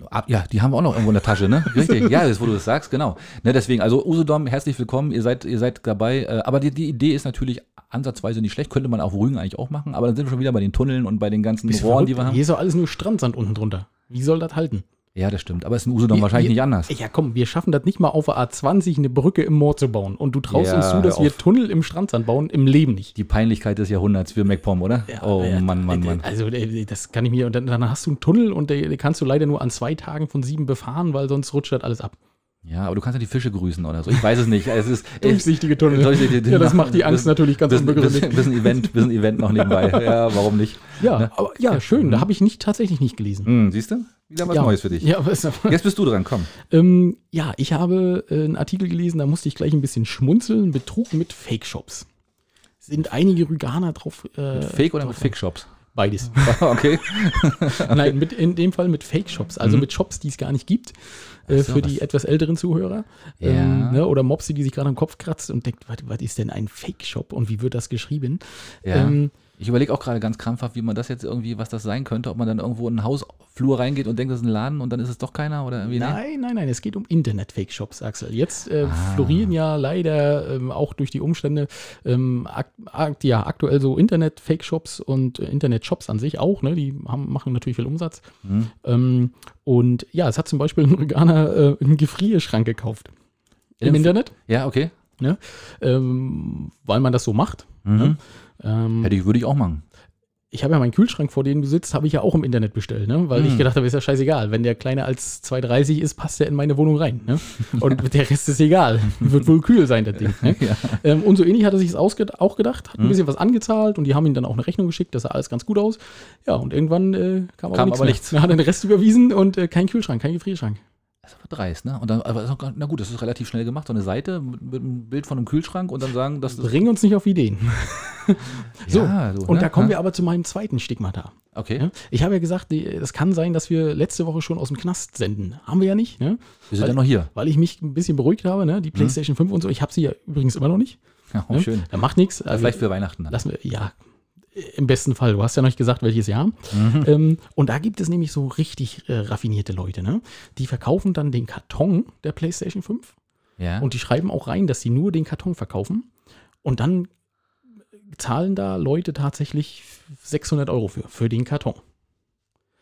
Ah, ja, die haben wir auch noch irgendwo in der <laughs> Tasche, ne? Richtig, ja, das, wo du das sagst, genau. Ne, deswegen, also Usedom, herzlich willkommen, ihr seid, ihr seid dabei. äh, Aber die, die Idee ist natürlich ansatzweise nicht schlecht, könnte man auf Rügen eigentlich auch machen, aber dann sind wir schon wieder bei den Tunneln und bei den ganzen Bist du Rohren, die wir verrückt? haben. Hier ist doch alles nur Strandsand unten drunter. Wie soll das halten? Ja, das stimmt, aber ist in Usedom Wir- wahrscheinlich wir- nicht anders. Ja, komm, wir schaffen das nicht mal auf der A20 eine Brücke im Moor zu bauen. Und du traust Ja, uns zu, dass hör wir auf. Tunnel im Strandsand bauen? Im Leben nicht. Die Peinlichkeit des Jahrhunderts für MacPom, oder? oh ja, Mann, Mann, Mann. Also, äh, das kann ich mir. Und dann, dann hast du einen Tunnel und den den kannst du leider nur an zwei Tagen von sieben befahren, weil sonst rutscht das alles ab. Ja, aber du kannst ja die Fische grüßen oder so. Ich weiß es nicht. Es ist Durchsichtige Tunnel. Durchsichtige- ja, das macht die Angst Bisschen- natürlich ganz bisschen, unbegründet. bisschen, bisschen Event, bisschen Event noch nebenbei. <laughs> Ja, warum nicht? Ja, aber ja, schön. Da habe ich nicht, tatsächlich nicht gelesen. Hm, siehst du? Wieder Mhm. was ja. Neues für dich. Ja, was, Jetzt bist du dran, komm. ähm, ja, ich habe äh, einen Artikel gelesen, da musste ich gleich ein bisschen schmunzeln. Betrug mit Fake-Shops. Sind einige Rüganer drauf. Äh, Fake oder mit Fake-Shops? Beides. <laughs> okay. <laughs> Nein, mit, in dem Fall mit Fake-Shops, also mit Shops, die es gar nicht gibt, äh, Mhm. Ach so, für die was- etwas älteren Zuhörer. Ja. Ähm, ne, oder Mopsi, die sich gerade am Kopf kratzt und denkt, was, was ist denn ein Fake-Shop und wie wird das geschrieben? Ja. Ähm, ich überlege auch gerade ganz krampfhaft, wie man das jetzt irgendwie, was das sein könnte, ob man dann irgendwo in einen Hausflur reingeht und denkt, das ist ein Laden und dann ist es doch keiner oder irgendwie. ne? Nein, nein, nein, es geht um Internet-Fake-Shops, Axel. Jetzt äh, Ah. florieren ja leider ähm, auch durch die Umstände ähm, ak ak ja, aktuell so Internet-Fake-Shops und äh, Internet-Shops an sich auch. Ne? Die haben, machen natürlich viel Umsatz. Mhm. Ähm, und ja, es hat zum Beispiel ein Veganer äh, einen Gefrierschrank gekauft. Im Im- Internet, Ja, okay. ne? ähm, weil man das so macht. Mhm. Ähm, Hätte ich, würde ich auch machen. ich habe ja meinen Kühlschrank, vor dem du sitzt, habe ich ja auch im Internet bestellt, ne? weil ich gedacht habe, ist ja scheißegal. Wenn der kleiner als 2,30 ist, passt der in meine Wohnung rein. Ne? Und der Rest ist egal. Wird wohl kühl sein, das Ding. Ne? Ähm, und so ähnlich hat er sich es ausge- auch gedacht, hat ein bisschen was angezahlt und die haben ihm dann auch eine Rechnung geschickt, das sah alles ganz gut aus. Ja, und irgendwann äh, kam, Kam aber mehr. nichts. Er hat den Rest überwiesen und äh, kein Kühlschrank, kein Gefrierschrank. Das ist aber dreist, ne? Und dann, aber ist auch, gar- na gut, das ist relativ schnell gemacht. So eine Seite mit, mit einem Bild von einem Kühlschrank und dann sagen, das ist. Bring uns nicht auf Ideen. so, und ne? da kommen wir aber zu meinem zweiten Stigma da. Okay. Ja? Ich habe ja gesagt, die- es kann sein, dass wir letzte Woche schon aus dem Knast senden. Haben wir ja nicht, ne? Wir sind ja noch hier. weil ich mich ein bisschen beruhigt habe, ne? die PlayStation 5 und so. Ich habe sie ja übrigens immer noch nicht. Ja, Ne? Da macht nichts. Also, Vielleicht für Weihnachten dann. lassen wir, ja, im besten Fall. Du hast ja noch nicht gesagt, welches Jahr. Ähm, und da gibt es nämlich so richtig äh, raffinierte Leute, ne? die verkaufen dann den Karton der PlayStation 5 Ja. und die schreiben auch rein, dass sie nur den Karton verkaufen. Und dann zahlen da Leute tatsächlich 600 Euro für, für den Karton.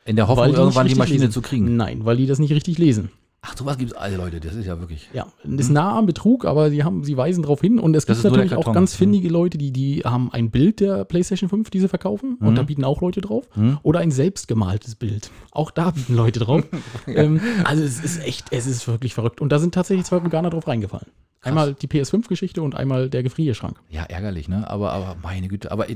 in der Weil die Hoffnung, nicht irgendwann die richtig Maschine lesen. zu kriegen. Nein, weil die das nicht richtig lesen. Hm. Ach, sowas gibt's alle Leute, das ist ja wirklich. Ja, ist nah am Betrug, aber sie, haben, sie weisen darauf hin. Und es gibt Das ist nur der natürlich auch Karton. Hm. ganz findige Leute, die, die haben ein Bild der PlayStation 5, die sie verkaufen. Und da Hm. bieten auch Leute drauf. Oder ein selbstgemaltes Bild. Auch da bieten <laughs> Leute drauf. ähm, also es ist echt, es ist wirklich verrückt. Und da sind tatsächlich zwei Veganer drauf reingefallen. Einmal die PS5-Geschichte und einmal der Gefrierschrank. Ja, ärgerlich, ne? Aber, aber meine Güte, aber äh,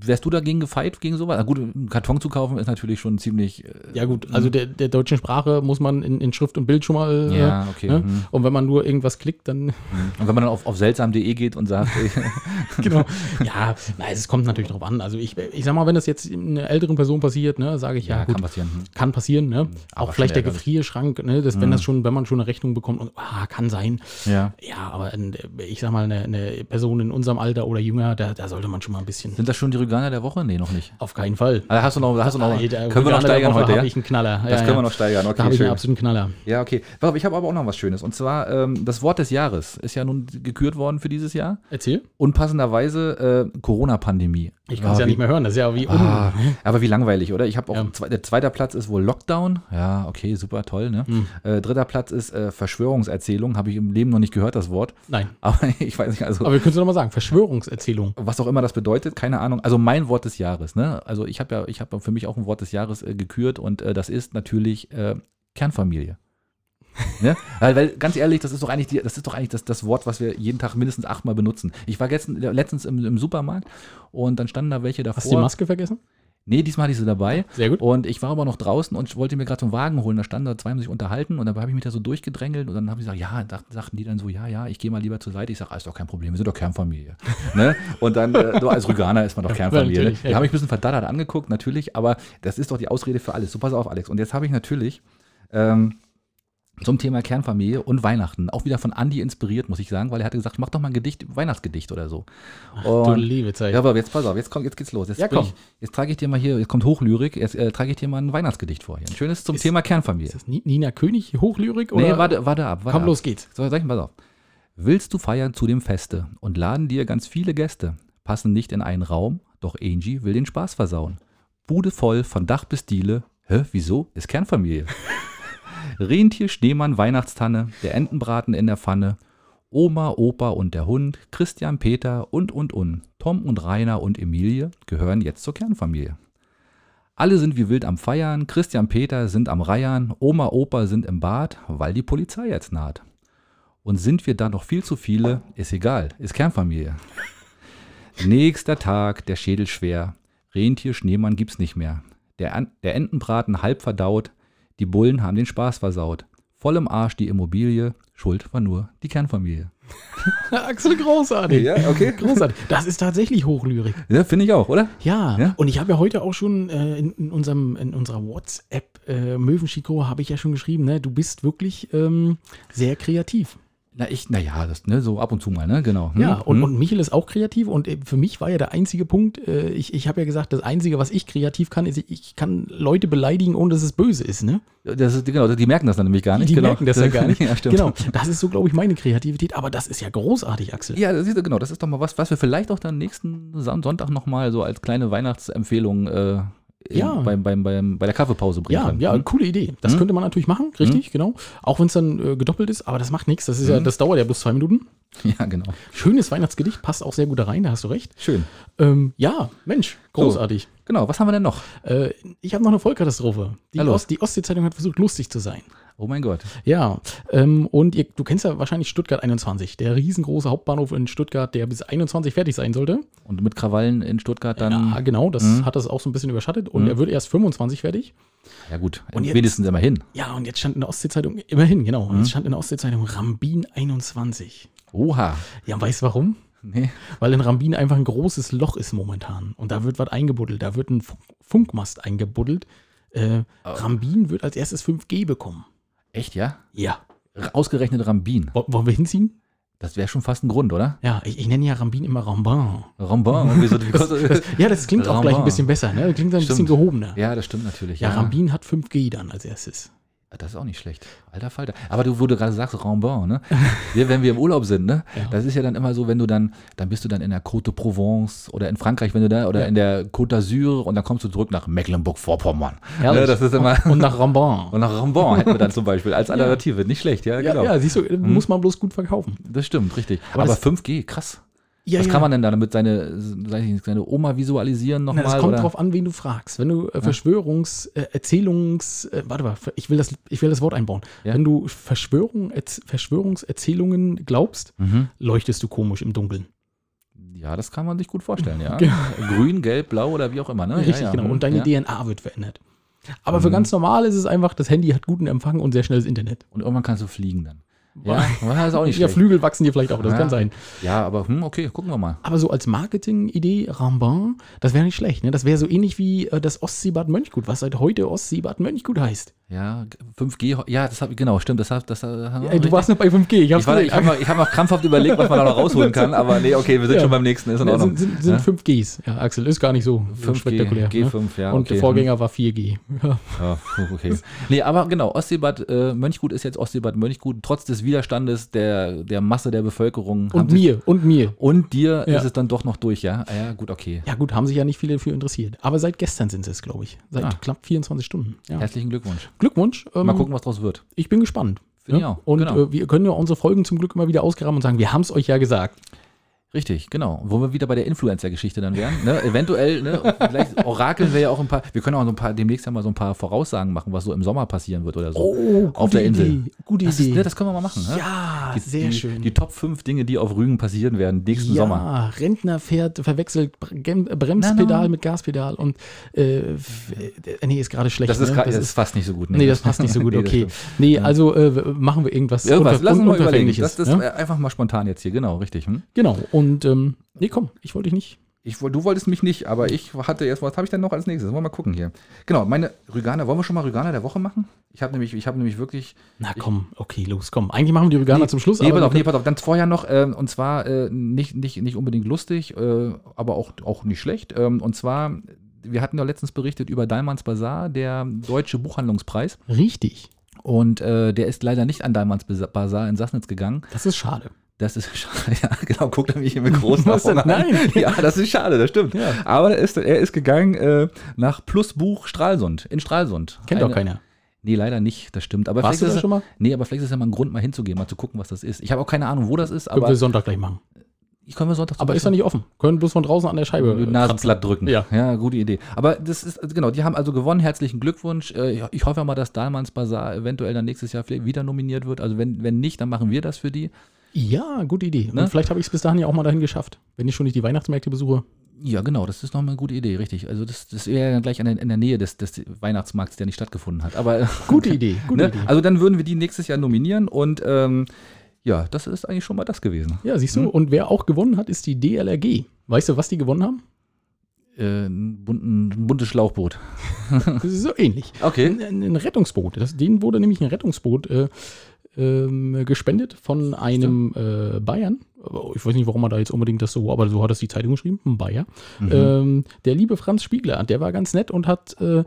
wärst du dagegen gefeit, gegen sowas? Na gut, einen Karton zu kaufen ist natürlich schon ziemlich. äh, Ja, gut, also der, der deutschen Sprache muss man in, in Schrift und Bild schon mal. äh, Ja, okay, Ne? mhm. Und wenn man nur irgendwas klickt, dann. Und wenn man dann auf, auf seltsam.de geht und sagt, äh, ey, <laughs> genau. Ja, nein, es kommt natürlich drauf an. Also ich, ich sag mal, wenn das jetzt einer älteren Person passiert, ne, sage ich ja, <laughs> ja, gut, kann passieren. hm. kann passieren, ne? aber Mhm. Auch vielleicht der schon ärgerlich. Gefrierschrank, ne? Das, wenn das schon, wenn man schon eine Rechnung bekommt und ah, kann sein. Ja. Ja, aber äh, ich sag mal, eine, eine Person in unserem Alter oder jünger, da, da sollte man schon mal ein bisschen. Sind das schon die Rüganer der Woche? Nee, noch nicht. Auf keinen Fall. Ah, hast du noch, hast du noch Alter, können wir noch Organe der steigern Woche heute, hab ja? ich einen Knaller. Das können wir noch steigern, okay, Da habe ich schön. einen absoluten Knaller. Ja, okay. Warte, Ich habe aber auch noch was Schönes. Und zwar ähm, das Wort des Jahres ist ja nun gekürt worden für dieses Jahr. Erzähl. Unpassenderweise äh, Corona-Pandemie. Ich kann es ja Ah, wie- nicht mehr hören. Das ist ja wie un Ah, aber wie langweilig, oder? Ich habe auch Ja. zwei, der zweite Platz ist wohl Lockdown. Ja, okay, super toll. Hm. Ne? Äh, dritter Platz ist äh, Verschwörungserzählung. Habe ich im Leben noch nicht gehört das Wort. <laughs> Nein. Aber ich weiß nicht, also Aber wir können es nochmal sagen. Verschwörungserzählung. was auch immer das bedeutet, keine Ahnung. Also mein Wort des Jahres. Ne? Also ich habe ja, ich habe für mich auch ein Wort des Jahres äh, gekürt und äh, das ist natürlich äh, <laughs> Kernfamilie. ne? weil, weil ganz ehrlich, das ist doch eigentlich, die, das, ist doch eigentlich das, das Wort, was wir jeden Tag mindestens achtmal benutzen. Ich war gestern, letztens im, im Supermarkt und dann standen da welche davor. Hast du die Maske vergessen? Nee, diesmal hatte ich sie dabei. Sehr gut. Und ich war aber noch draußen und wollte mir gerade so einen Wagen holen. Da standen da zwei, haben sich unterhalten und dabei habe ich mich da so durchgedrängelt und dann haben sie gesagt, ja, dacht- sagten die dann so, ja, ja, ich gehe mal lieber zur Seite. Ich sage, ah, ist doch kein Problem, wir sind doch Kernfamilie. <laughs> ne? Und dann, äh, nur als Rüganer ist man doch Kernfamilie. ne? natürlich, Die ja. haben mich ein bisschen verdattert angeguckt, natürlich, aber das ist doch die Ausrede für alles. So, pass auf, Alex. Und jetzt habe ich natürlich. Ähm, zum Thema Kernfamilie und Weihnachten. Auch wieder von Andy inspiriert, muss ich sagen, weil er hatte gesagt, mach doch mal ein Gedicht, Weihnachtsgedicht oder so. Du Und- liebe Zeit. ja, aber jetzt pass auf, jetzt, kommt, jetzt geht's los. Jetzt, Ja, bring komm. Ich, jetzt trage ich dir mal hier, jetzt kommt Hochlyrik, jetzt äh, trage ich dir mal ein Weihnachtsgedicht vor. Hier. Ein schönes zum Thema Kernfamilie. Ist Ni- Nina König, Hochlyrik? Oder? Nee, warte, warte ab. Warte Komm, ab. los geht's. <laughs> So, sag ich mal pass auf. Willst du feiern zu dem Feste und laden dir ganz viele Gäste, passen nicht in einen Raum, doch Angie will den Spaß versauen. Bude voll, von Dach bis Diele. Hä, wieso? Ist Kernfamilie. <laughs> Rentier, Schneemann, Weihnachtstanne, der Entenbraten in der Pfanne, Oma, Opa und der Hund, Christian, Peter und, und, und. Tom und Rainer und Emilie gehören jetzt zur Kernfamilie. Alle sind wie wild am Feiern, Christian, Peter sind am Reiern, Oma, Opa sind im Bad, weil die Polizei jetzt naht. Und sind wir da noch viel zu viele, ist egal, ist Kernfamilie. Nächster Tag, der Schädel schwer. Rentier, Schneemann gibt's nicht mehr. Der, An der Entenbraten halb verdaut. Die Bullen haben den Spaß versaut. Voll im Arsch die Immobilie. Schuld war nur die Kernfamilie. Axel, großartig. okay. Großartig. Das ist tatsächlich Hochlyrik. Ja, finde ich auch, oder? Ja, Ja? und ich habe ja heute auch schon äh, in, in, unserem, in unserer WhatsApp äh, Möwenschiko habe ich ja schon geschrieben, ne? du bist wirklich ähm, sehr kreativ. Na, ich, naja, das, ne, so ab und zu mal, ne, genau. Hm, Ja, und, hm. und Michel ist auch kreativ und äh, für mich war ja der einzige Punkt, äh, ich, ich habe ja gesagt, das Einzige, was ich kreativ kann, ist, ich kann Leute beleidigen, ohne dass es böse ist. Ne? Das ist, genau, die merken das dann nämlich gar nicht. Die genau. merken das ja <laughs> gar nicht. ja, stimmt. Genau, das ist so, glaube ich, meine Kreativität, aber das ist ja großartig, Axel. Ja, das ist, genau, das ist doch mal was, was wir vielleicht auch dann nächsten Son- Sonntag nochmal so als kleine Weihnachtsempfehlung äh, in- Ja. beim, beim, beim, bei der Kaffeepause bringen Ja, können. ja, Hm? <laughs> coole Idee. Das könnte man natürlich machen, Mhm. richtig, genau. Auch wenn es dann äh, gedoppelt ist, aber das macht nichts. Das ist ja, das dauert ja bloß zwei Minuten. ja, genau. Schönes Weihnachtsgedicht, passt auch sehr gut da rein, da hast du recht. Schön. Ähm, ja, Mensch, großartig. Genau, was haben wir denn noch? Äh, ich habe noch eine Vollkatastrophe. Die, Na los. Ost, die Ostsee-Zeitung hat versucht, lustig zu sein. Oh mein Gott. Ja, ähm, und ihr, du kennst ja wahrscheinlich Stuttgart 21, der riesengroße Hauptbahnhof in Stuttgart, der bis 21 fertig sein sollte. Und mit Krawallen in Stuttgart dann. Mhm. Ja, genau, das hat das auch so ein bisschen überschattet und er wird erst 25 fertig. Ja, gut. Und jetzt- wenigstens immerhin. Ja, und jetzt stand in der Ostsee-Zeitung, immerhin, genau, und jetzt stand in der Ostsee-Zeitung Rambin 21. Oha. Ja, und weißt du warum? Nee. Weil in Rambin einfach ein großes Loch ist momentan. Und da wird was eingebuddelt. Da wird ein Funk Funkmast eingebuddelt. Äh, Rambin wird als erstes 5G bekommen. Echt, ja? Ja. R- Ausgerechnet Rambin. Wo- Wollen wir hinziehen? Das wäre schon fast ein Grund, oder? Ja, ich, ich nenne ja Rambin immer Rambin. Rambin. irgendwie so- <laughs> Ja, das klingt auch Rambin. gleich ein bisschen besser. Ne? Klingt ein bisschen Stimmt. gehobener. Ja, <laughs> ja, das stimmt natürlich. Rambin hat 5G dann als erstes. Ah, Das ist auch nicht schlecht. Alter Falter. Aber du, wo du gerade sagst, Rambon, <laughs> ne? Wir, wenn wir im Urlaub sind, ne? Das ist ja dann immer so, wenn du dann, dann bist du dann in der Côte de Provence oder in Frankreich, wenn du da, oder in der Côte d'Azur und dann kommst du zurück nach Mecklenburg-Vorpommern. Herrlich. Ne, das <laughs> ist immer. Und nach Rambin. Und nach Rambon hätten wir dann zum Beispiel als Alternative. Nicht schlecht, Ja, ja, Mhm. genau. ja, siehst du, muss man bloß gut verkaufen. Das stimmt, richtig. Aber Aber, das- 5G, krass. Ja, Was ja. kann man denn da damit seine, sag ich nicht, seine Oma visualisieren Na, nochmal? das kommt oder? drauf an, wen du fragst. Wenn du äh, Verschwörungs-, äh, Erzählungs-, äh, warte mal, ich will das, ich will das Wort einbauen. Ja. Wenn du Verschwörung, Erz, Verschwörungserzählungen glaubst, Mhm. leuchtest du komisch im Dunkeln. Ja, das kann man sich gut vorstellen, ja. Genau. Grün, gelb, blau oder wie auch immer, ne? Richtig, ja, ja. genau. Mhm, Und deine ja. Mhm. DNA wird verändert. Aber für ganz normal ist es einfach, das Handy hat guten Empfang und sehr schnelles Internet. Und irgendwann kannst du fliegen dann. Ja, das ist auch nicht Ja, schlecht. Flügel wachsen dir vielleicht auch, das Ja. kann sein. Ja, aber hm, okay, gucken wir mal. Aber so als Marketing-Idee, Rambin, das wäre nicht schlecht. Ne? Das wäre so ähnlich wie äh, das Ostseebad Mönchgut, was seit heute Ostseebad Mönchgut heißt. Ja, 5G, ja, das hab, genau, stimmt, das, hab, das haben wir Ey, Äh, du richtig- warst noch bei 5G. Ich hab's ich, war- ich gesehen. habe noch, ich hab noch krampfhaft überlegt, was man da noch rausholen kann, aber nee, okay, wir sind Ja. schon beim nächsten, ist in Ja, Ordnung. Ne, sind sind, sind 5Gs, ja, Axel. Ist gar nicht so 5G, spektakulär. G5, ne? ja, Und okay, der Vorgänger war <laughs> 4G. Ja. Ja, okay. Nee, aber genau, Ostseebad äh, Mönchgut ist jetzt Ostseebad Mönchgut, trotz des Widerstandes der, der Masse der Bevölkerung. haben Und sich- mir, und mir. Und dir Ja. ist es dann doch noch durch, ja? Ah, Ja, gut, okay. Ja gut, haben sich ja nicht viele dafür interessiert. Aber seit gestern sind sie es, glaube ich. Seit Ah. knapp 24 Stunden. Ja. Herzlichen Glückwunsch. Glückwunsch. ähm, Mal gucken, was draus wird. Ich bin gespannt. Finde Ja? ich auch, Und genau. äh, wir können ja unsere Folgen zum Glück immer wieder ausgraben und sagen, wir haben es euch ja gesagt. Richtig, genau. Wo wir wieder bei der Influencer-Geschichte dann wären. Ne? Eventuell, ne? vielleicht orakeln wir ja auch ein paar. Wir können auch so ein paar, demnächst ja mal so ein paar Voraussagen machen, was so im Sommer passieren wird oder so. Oh, auf der Insel. Idee. Gute das, ist, Idee. ne, das können wir mal machen. Ne? ja, die, sehr die, schön. Die Top 5 Dinge, die auf Rügen passieren werden, nächsten ja, Sommer. Rentner fährt, verwechselt Bre- Gem- Bremspedal Nein, nein. mit Gaspedal und äh, f- äh, nee, ist gerade schlecht. Das ist, ne? gra- das ist fast nicht so gut. Nee, das passt <laughs> nicht so gut, <laughs> Nee, das okay. stimmt. Nee, also äh, machen wir irgendwas, Irgendwas, unver- lass uns un- mal überlegen. Unverfängliches, Das, das ja? äh, einfach mal spontan jetzt hier, genau, richtig. Hm? Genau, und ähm, nee, komm, ich wollte dich nicht. Ich, woll- du wolltest mich nicht, aber ich hatte erst, was habe ich denn noch als nächstes? Wollen wir mal gucken hier. Genau, meine Rüganer, wollen wir schon mal Rüganer der Woche machen? Ich habe nämlich, ich habe nämlich wirklich. Na komm, okay, los, komm. Eigentlich machen wir die Organe zum Schluss, Nee, pass auf, wir- nee, pass auf, dann vorher noch, ähm, und zwar äh, nicht, nicht, nicht unbedingt lustig, äh, aber auch, auch nicht schlecht. Ähm, und zwar, wir hatten ja letztens berichtet über Daimanns Bazaar, der deutsche Buchhandlungspreis. richtig. Und äh, der ist leider nicht an Daimanns Bazaar in Sassnitz gegangen. Das ist schade. Das ist <laughs> schade, ja, genau, guckt er mich hier mit großen Was denn? Augen an. Nein. <laughs> Ja, das ist schade, das stimmt. Ja. Aber er ist, er ist gegangen äh, nach Plusbuch Stralsund, in Stralsund. Kennt Eine- doch keiner. Nee, leider nicht, das stimmt. Aber Warst vielleicht du da ist schon mal? Nee, aber vielleicht ist ja mal ein Grund, mal hinzugehen, mal zu gucken, was das ist. Ich habe auch keine Ahnung, wo das ist, Können aber wir Sonntag gleich machen. ich können wir Sonntag zum Aber ist doch nicht offen. Können bloß von draußen an der Scheibe. Beispiel äh, mit Nasenblatt drücken. Ja. gute Idee. Aber das ist, also genau, die haben also gewonnen. Herzlichen Glückwunsch. Äh, Ich, ich hoffe mal, dass Dahlmanns Bazaar eventuell dann nächstes Jahr vielleicht wieder nominiert wird. Also wenn, wenn nicht, dann machen wir das für die. Ja, gute Idee. Ne? Und vielleicht habe ich es bis dahin ja auch mal dahin geschafft. Wenn ich schon nicht die Weihnachtsmärkte besuche. Ja, genau, das ist nochmal eine gute Idee, richtig. Also das, das wäre ja gleich an der, in der Nähe des, des Weihnachtsmarkts, der nicht stattgefunden hat. Aber Gute Idee, <laughs> gute <laughs> ne? Idee. Also dann würden wir die nächstes Jahr nominieren und ähm, ja, das ist eigentlich schon mal das gewesen. Ja, siehst du. Und wer auch gewonnen hat, ist die DLRG. Weißt du, was die gewonnen haben? Äh, ein, bunten, ein buntes Schlauchboot. Das ist so ähnlich. Okay. Ein, ein ein Rettungsboot. Das, denen wurde nämlich ein Rettungsboot äh, ähm, gespendet von einem äh, Bayern. Oh, Ich weiß nicht, warum er da jetzt unbedingt das so, aber so hat das die Zeitung geschrieben, ein Bayer. Ähm, der liebe Franz Spiegler, der war ganz nett und hat äh,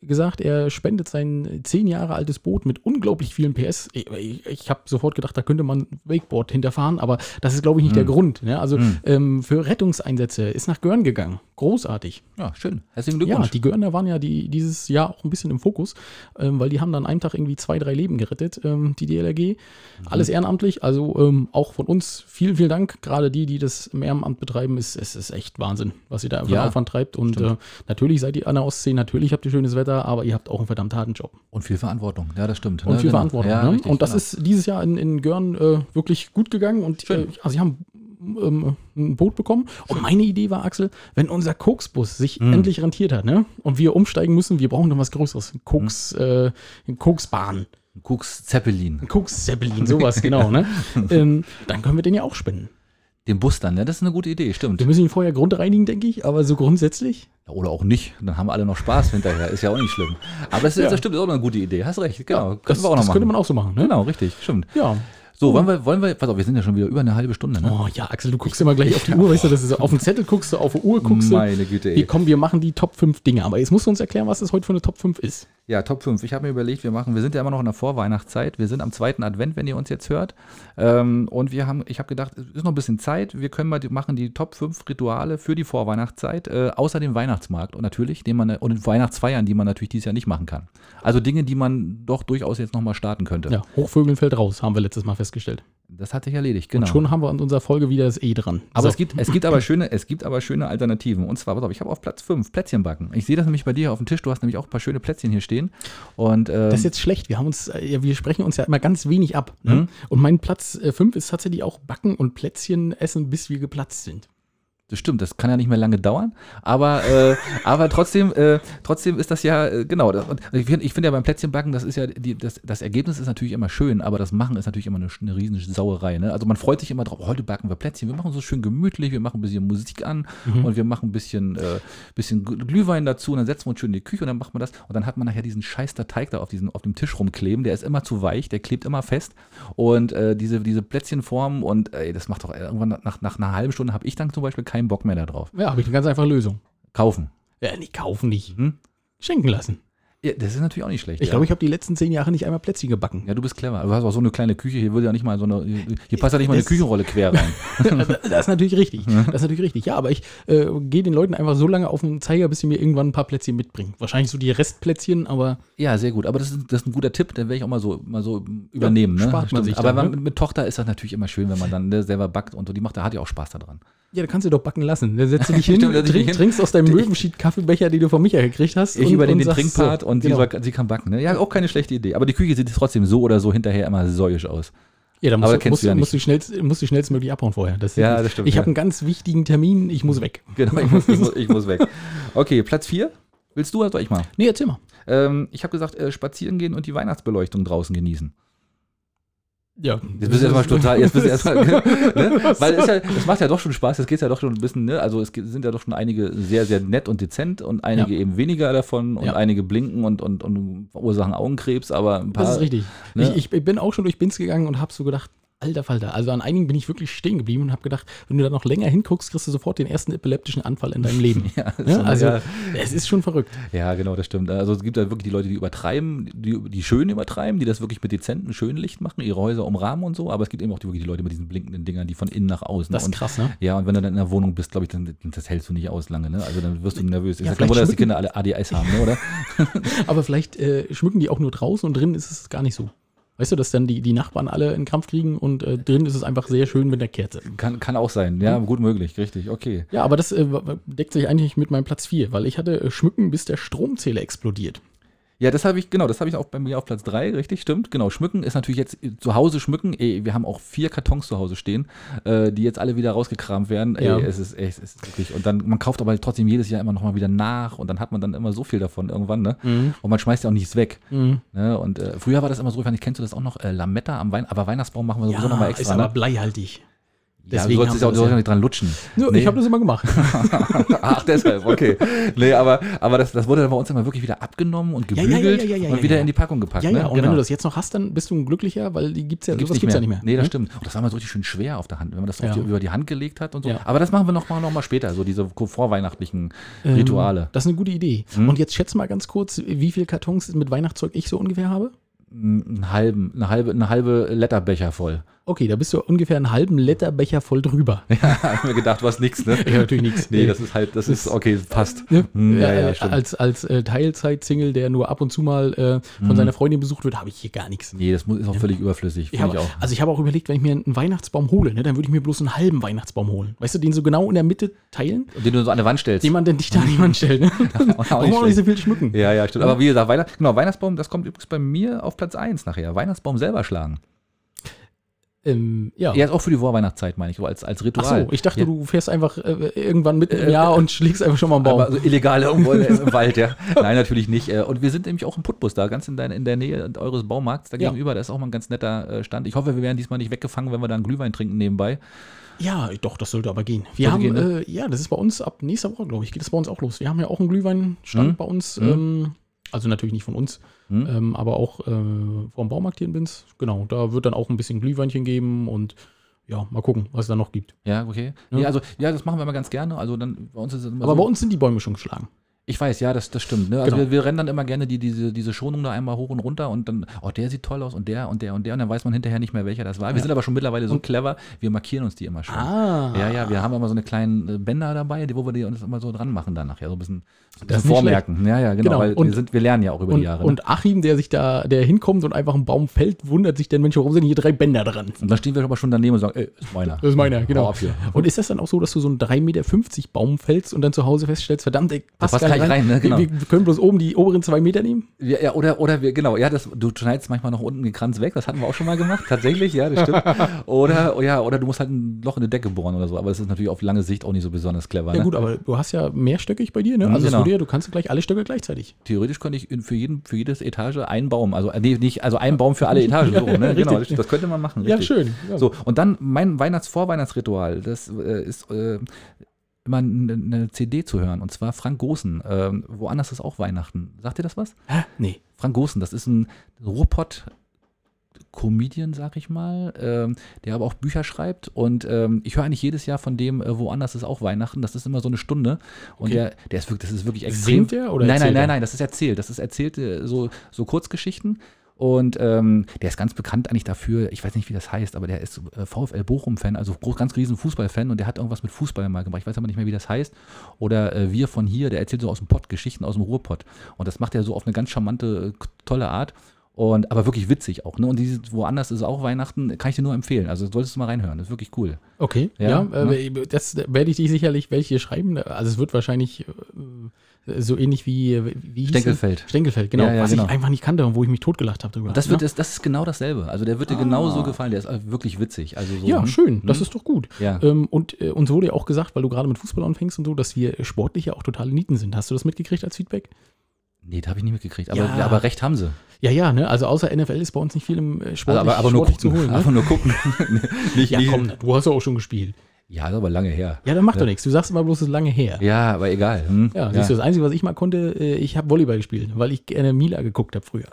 gesagt, er spendet sein zehn Jahre altes Boot mit unglaublich vielen PS. Ich, ich, ich habe sofort gedacht, da könnte man ein Wakeboard hinterfahren, aber das ist, glaube ich, nicht der Grund. Ne? Also ähm, für Rettungseinsätze ist nach Görn gegangen. Großartig. Ja, schön. Herzlichen Ja, Glückwunsch. die Görner waren ja die, dieses Jahr auch ein bisschen im Fokus, ähm, weil die haben dann einen Tag irgendwie zwei, drei Leben gerettet, ähm, die Mhm. DLRG. Alles ehrenamtlich, also ähm, auch von uns vielen, vielen Dank. Gerade die, die das im Ehrenamt betreiben, ist, es ist echt Wahnsinn, was ihr da für einen Ja, Aufwand treibt. Und äh, natürlich seid ihr an der Ostsee, natürlich habt ihr schönes Wetter, aber ihr habt auch einen verdammt harten Job und viel Verantwortung. Ja, das stimmt. und Ne, viel genau. Verantwortung. Ja, ne? richtig, und das genau. ist dieses Jahr in, in Görn äh, wirklich gut gegangen und äh, ja, sie haben ähm, ein Boot bekommen. Und meine Idee war, Axel, wenn unser Koksbus sich Hm. endlich rentiert hat ne? und wir umsteigen müssen, wir brauchen noch was Größeres. Ein Koks, Hm. äh, ein Koksbahn, ein Koks Zeppelin. ein Koks-Zeppelin, <laughs> sowas, genau. Ne? ähm, dann können wir den ja auch spenden. Den Bus dann, ne? Das ist eine gute Idee, stimmt. Wir müssen ihn vorher grundreinigen, denke ich, aber so grundsätzlich. Oder auch nicht. Dann haben alle noch Spaß hinterher. Ist ja auch nicht schlimm. Aber das, ist, Ja. das stimmt, ist auch eine gute Idee. Hast recht. Genau. können das, wir auch noch das könnte machen. man auch so machen. Ne? Genau, richtig. Stimmt. Ja. So, wollen wir, wollen wir, pass auf, wir sind ja schon wieder über eine halbe Stunde, ne? Oh ja, Axel, du guckst immer gleich auf die Uhr, weißt du, das ist so, auf den Zettel guckst du, auf die Uhr guckst du. Meine Güte, ey. Wir, kommen, wir machen die Top 5 Dinge, aber jetzt musst du uns erklären, was das heute für eine Top 5 ist. Ja, Top 5. Ich habe mir überlegt, wir machen, wir sind ja immer noch in der Vorweihnachtszeit. Wir sind am zweiten Advent, wenn ihr uns jetzt hört. Ähm, und wir haben, ich habe gedacht, es ist noch ein bisschen Zeit. Wir können mal die, machen die Top 5 Rituale für die Vorweihnachtszeit, äh, außer dem Weihnachtsmarkt und natürlich, den man und den Weihnachtsfeiern, die man natürlich dieses Jahr nicht machen kann. Also Dinge, die man doch durchaus jetzt nochmal starten könnte. Ja, Hochvögeln fällt raus, haben wir letztes Mal festgestellt. Das hat sich erledigt, genau. Und schon haben wir an unserer Folge wieder das E dran. Aber es, gibt, es, gibt aber schöne, es gibt aber schöne Alternativen. Und zwar, pass auf, ich habe auf Platz 5 Plätzchen backen. Ich sehe das nämlich bei dir auf dem Tisch. Du hast nämlich auch ein paar schöne Plätzchen hier stehen. Und, ähm, das ist jetzt schlecht. Wir haben uns, äh, ja, wir sprechen uns ja immer ganz wenig ab. Ne? Mhm. Und mein Platz 5 ist tatsächlich auch Backen und Plätzchen essen, bis wir geplatzt sind. das stimmt, das kann ja nicht mehr lange dauern. Aber, äh, aber trotzdem, äh, trotzdem ist das ja, äh, genau. das- Und ich finde ich find ja beim Plätzchenbacken, das ist ja, die, das, das Ergebnis ist natürlich immer schön, aber das Machen ist natürlich immer eine, sch- eine riesen Sauerei. Ne? Also man freut sich immer drauf, heute backen wir Plätzchen, wir machen so schön gemütlich, wir machen ein bisschen Musik an und wir machen ein bisschen, äh, bisschen Gl- Glühwein dazu und dann setzen wir uns schön in die Küche und dann macht man das und dann hat man nachher diesen scheiß Teig da auf, diesen, auf dem Tisch rumkleben, der ist immer zu weich, der klebt immer fest und äh, diese, diese Plätzchenformen und ey, das macht doch äh, irgendwann nach, nach einer halben Stunde habe ich dann zum Beispiel keinen Bock mehr darauf. Ja, habe ich eine ganz einfache Lösung. Kaufen. Ja, nicht kaufen nicht. Hm? Schenken lassen. Ja, das ist natürlich auch nicht schlecht. Ich ja. glaube, ich habe die letzten zehn Jahre nicht einmal Plätzchen gebacken. ja, du bist clever. Du hast auch so eine kleine Küche. Hier würde ja nicht mal so eine. Hier passt ja nicht mal eine Das- Küchenrolle quer rein. Das ist natürlich richtig. Mhm. Das ist natürlich richtig. Ja, aber ich äh, gehe den Leuten einfach so lange auf den Zeiger, bis sie mir irgendwann ein paar Plätzchen mitbringen. Wahrscheinlich so die Restplätzchen, aber Ja, sehr gut. Aber das ist, das ist ein guter Tipp, den werde ich auch mal so, mal so übernehmen. ne? spart man Stimmt. sich Aber dann, wenn- ne? mit, mit Tochter ist das natürlich immer schön, wenn man dann ne, selber backt und so. Die macht, da hat ja auch Spaß daran. ja, da kannst du doch backen lassen. Dann <laughs> setzt du dich hin, Stimmt, setz dich trink, hin. trinkst aus deinem Möwenschied-Kaffeebecher, den du von Micha gekriegt hast. Ich und- und übernehme den sagst Trinkpart so, und genau. sie, soll, sie kann backen. Ne? Ja, auch keine schlechte Idee. Aber die Küche sieht trotzdem so oder so hinterher immer säuisch aus. <laughs> Ja, da musst, Aber du, kennst musst, du ja musst, du schnellst, musst du schnellstmöglich abhauen vorher. Das Ja, das stimmt, Ich ja. habe einen ganz wichtigen Termin, ich muss weg. Genau, ich muss, ich muss, ich muss weg. Okay, Platz 4. Willst du oder soll ich mal? Nee, erzähl mal. Ähm, ich habe gesagt, äh, spazieren gehen und die Weihnachtsbeleuchtung draußen genießen. Ja. Jetzt bist du erstmal total, jetzt bist <laughs> du erstmal, <laughs> ne? weil es, ja, es macht ja doch schon Spaß, jetzt geht es ja doch schon ein bisschen, ne? also es ge- sind ja doch schon einige sehr, sehr nett und dezent und einige Ja. eben weniger davon und Ja. einige blinken und, und, und verursachen Augenkrebs, aber ein paar. Das ist richtig. Ne? Ich, ich bin auch schon durch Bins gegangen und habe so gedacht, alter Falter. Also an einigen bin ich wirklich stehen geblieben und habe gedacht, wenn du da noch länger hinguckst, kriegst du sofort den ersten epileptischen Anfall in deinem Leben. Ja, das ist Ja, schon- also ja. es ist schon verrückt. ja, genau, das stimmt. Also es gibt da wirklich die Leute, die übertreiben, die, die schön übertreiben, die das wirklich mit dezentem, schönen Licht machen, ihre Häuser umrahmen und so, aber es gibt eben auch die, wirklich die Leute mit diesen blinkenden Dingern, die von innen nach außen. Das ist und, krass, ne? Ja, und wenn du dann in der Wohnung bist, glaube ich, dann das hältst du nicht aus lange, ne? Also dann wirst du nervös. Ist Ja, ja, kein vielleicht Wunder, dass die schmücken- Kinder alle ADS haben, ne, oder? Aber vielleicht äh, schmücken die auch nur draußen und drinnen ist es gar nicht so. Weißt du, dass dann die, die Nachbarn alle in Krampf kriegen und äh, drinnen ist es einfach sehr schön mit der Kerze. Kann, kann auch sein, ja, Mhm. gut möglich, richtig, okay. Ja, aber das äh, deckt sich eigentlich mit meinem Platz 4, weil ich hatte äh, Schmücken, bis der Stromzähler explodiert. Ja, das habe ich, genau, das habe ich auch bei mir auf Platz 3, richtig, stimmt, genau. Schmücken ist natürlich jetzt äh, zu Hause schmücken, ey, wir haben auch vier Kartons zu Hause stehen, äh, die jetzt alle wieder rausgekramt werden, ey, Ja. es ist echt, es ist wirklich, und dann, man kauft aber trotzdem jedes Jahr immer nochmal wieder nach und dann hat man dann immer so viel davon irgendwann, ne? Mhm. Und man schmeißt ja auch nichts weg, ne? Und äh, früher war das immer so, ich weiß nicht, kennst du das auch noch, äh, Lametta am Wein, aber Weihnachtsbaum machen wir sowieso nochmal extra, ist aber ne? bleihaltig. ja, deswegen du sollst haben es ja wir du das sollst ja. ja nicht dran lutschen. Nur, Nee. Ich habe das immer gemacht. Ach, deshalb, okay. Nee, aber, aber das, das wurde dann bei uns immer wirklich wieder abgenommen und ja, ja, ja, gebügelt ja, ja, und ja, wieder ja. in die Packung gepackt. Ja, ne? ja, und wenn du das jetzt noch hast, dann bist du ein Glücklicher, weil die gibt's ja, gibt's sowas nicht gibt's mehr. ja nicht mehr. Nee, das Hm? stimmt. Und das war mal so richtig schön schwer auf der Hand, wenn man das so Ja. auf die, über die Hand gelegt hat und so. Ja. Aber das machen wir noch mal, noch mal später, so diese vorweihnachtlichen Ähm. Rituale. Hm? Das ist eine gute Idee. Und jetzt schätze mal ganz kurz, wie viel Kartons mit Weihnachtszeug ich so ungefähr habe. Einen halben, eine halbe, eine halbe Letterbecher voll. <laughs> Okay, da bist du ungefähr einen halben Letterbecher voll drüber. ne? Hab mir gedacht, was nix, ne? Ja, natürlich nichts. Nee, das ist halt, das ist, okay, passt. Ne? Hm, ja, Äh, ja, stimmt. als als äh, Teilzeit-Single, der nur ab und zu mal äh, von Hm. seiner Freundin besucht wird, habe ich hier gar nichts. Nee, das muss- ist auch völlig überflüssig, Ich finde hab, ich auch. Also ich habe auch überlegt, wenn ich mir einen Weihnachtsbaum hole, ne, dann würde ich mir bloß einen halben Weihnachtsbaum holen. Weißt du, den so genau in der Mitte teilen, Den du so an der Wand stellst. <laughs> den man dann dichter an jemanden stellt. Ne? Warum auch nicht so viel schmücken? Ja, ja, stimmt. Aber wie gesagt, Weihnacht, genau, Weihnachtsbaum, das kommt übrigens bei mir auf Platz 1 nachher. Weihnachtsbaum selber schlagen. Ähm, ja. Ja, ist auch für die Vorweihnachtszeit, meine ich, so als, als Ach Ritual. so, ich dachte, ja. äh, du fährst einfach äh, irgendwann mitten im Jahr und schlägst einfach schon mal einen Baum. Aber so illegale irgendwo im <laughs> im Wald, ja. Nein, natürlich nicht. Äh, Und wir sind nämlich auch im Putbus da, ganz in, dein, in der Nähe eures Baumarkts da Ja. gegenüber. Da ist auch mal ein ganz netter äh, Stand. Ich hoffe, wir werden diesmal nicht weggefangen, wenn wir da einen Glühwein trinken nebenbei. ja, doch, das sollte aber gehen. Wir Sollte haben, gehen, ne? äh, ja, das ist bei uns ab nächster Woche, glaube ich, geht das bei uns auch los. Wir haben ja auch einen Glühweinstand Mhm. bei uns. Mhm. Ähm, also natürlich nicht von uns, Mhm. ähm, aber auch äh, vom Baumarkt hier in Binz. Genau, da wird dann auch ein bisschen Glühweinchen geben und ja, mal gucken, was es da noch gibt. Ja, okay. Ja. Ja. Nee, also, ja, das machen wir immer ganz gerne. Also dann bei uns ist es immer Aber so, bei uns sind die Bäume schon geschlagen. Ich weiß, ja, das, das stimmt. Ne? Also Genau. wir, wir rennen dann immer gerne die, diese, diese Schonung da einmal hoch und runter und dann, oh, der sieht toll aus und der und der und der und dann weiß man hinterher nicht mehr, welcher das war. Wir sind aber schon mittlerweile so clever, wir markieren uns die immer schon. Ah. Ja, ja, wir haben immer so eine kleinen äh, Bänder dabei, die, wo wir die uns immer so dran machen danach, ja, so ein bisschen, so ein Das ist bisschen nicht vormerken. Ja, ja, genau, Genau, weil und- wir, sind, wir lernen ja auch über Und, die Jahre. ne? und Achim, der sich da, der hinkommt und einfach einen Baum fällt, wundert sich dann, Mensch, warum sind hier drei Bänder dran? und dann stehen wir aber schon daneben und sagen, ey, ist meiner. Das ist meiner, Hau genau. ab hier. Und ist das dann auch so, dass du so einen 3,50 Meter Baum fällst und dann zu Hause feststellst, verdammt, ey, passt gar nicht rein, ne? Wir- Genau. wir, wir können bloß oben die oberen zwei Meter nehmen? Ja, ja, oder, oder wir, genau, ja, das, du schneidest manchmal noch unten den Kranz weg, das hatten wir auch schon mal gemacht, tatsächlich, ja, das <laughs> stimmt. Oder, oh ja, oder du musst halt ein Loch in die Decke bohren oder so, aber das ist natürlich auf lange Sicht auch nicht so besonders clever. Ja ne? gut, aber du hast ja mehrstöckig bei dir, ne? Mhm, Also es genau. würde ja, du kannst ja gleich alle Stöcke gleichzeitig. Theoretisch könnte ich in, für, jeden, für jedes Etage einen Baum, also, äh, nee, nicht, also einen Baum für <laughs> alle Etagen, so, Ja, ja, ne? genau, das, richtig. das könnte man machen, richtig. schön. Ja. So, und dann mein Weihnachts-Vorweihnachtsritual, das äh, ist äh, immer eine, eine CD zu hören, und zwar Frank Gosen, äh, woanders ist auch Weihnachten. Sagt dir das was? Hä? Nee. Frank Gosen, das ist ein Ruhrpott Comedian, sag ich mal, ähm, der aber auch Bücher schreibt und ähm, ich höre eigentlich jedes Jahr von dem, äh, woanders ist auch Weihnachten, das ist immer so eine Stunde und Okay. der, der ist wirklich, das ist wirklich extrem. Singt der oder nein, nein, erzählt nein, er? nein, das ist erzählt, das ist erzählte so, so Kurzgeschichten und ähm, der ist ganz bekannt eigentlich dafür, ich weiß nicht, wie das heißt, aber der ist äh, VfL Bochum-Fan, also groß, ganz riesen Fußball-Fan und der hat irgendwas mit Fußball mal gemacht, ich weiß aber nicht mehr, wie das heißt oder äh, wir von hier, der erzählt so aus dem Pott Geschichten aus dem Ruhrpott und das macht er so auf eine ganz charmante, äh, tolle Art und aber wirklich witzig auch. Ne? Und dieses woanders ist auch Weihnachten, kann ich dir nur empfehlen. Also solltest du mal reinhören. Das ist wirklich cool. Okay, ja, Ja, ne? äh, das werde ich dich sicherlich welche schreiben. Also es wird wahrscheinlich äh, so ähnlich wie, wie hieß Stenkelfeld. er? Stenkelfeld, genau, Ja, ja, was genau. ich einfach nicht kannte und wo ich mich totgelacht habe drüber. Und das wird, ne? das, das ist genau dasselbe. Also der wird dir genauso gefallen. Der ist äh, wirklich witzig. Also so, Ah. ja, hm? schön, das ist doch gut. Ja. Ähm, und äh, uns wurde ja auch gesagt, weil du gerade mit Fußball anfängst und so, dass wir sportlich ja auch totale Nieten sind. Hast du das mitgekriegt als Feedback? Nee, da habe ich nicht mitgekriegt. Aber, Ja. aber recht haben sie. Ja, ja, ne? Also außer NFL ist bei uns nicht viel im äh, Sport, Also, aber, aber nur sportlich gucken. zu holen. Ne? Aber nur gucken. <laughs> nicht, Ja, nicht- komm, du hast ja auch schon gespielt. ja, ist aber lange her. Ja, dann macht doch nichts. Du sagst immer bloß, es ist lange her. Ja, aber egal. Hm? Ja, siehst du, das Einzige, was ich mal konnte, äh, ich habe Volleyball gespielt, weil ich gerne Mila geguckt habe <laughs> früher.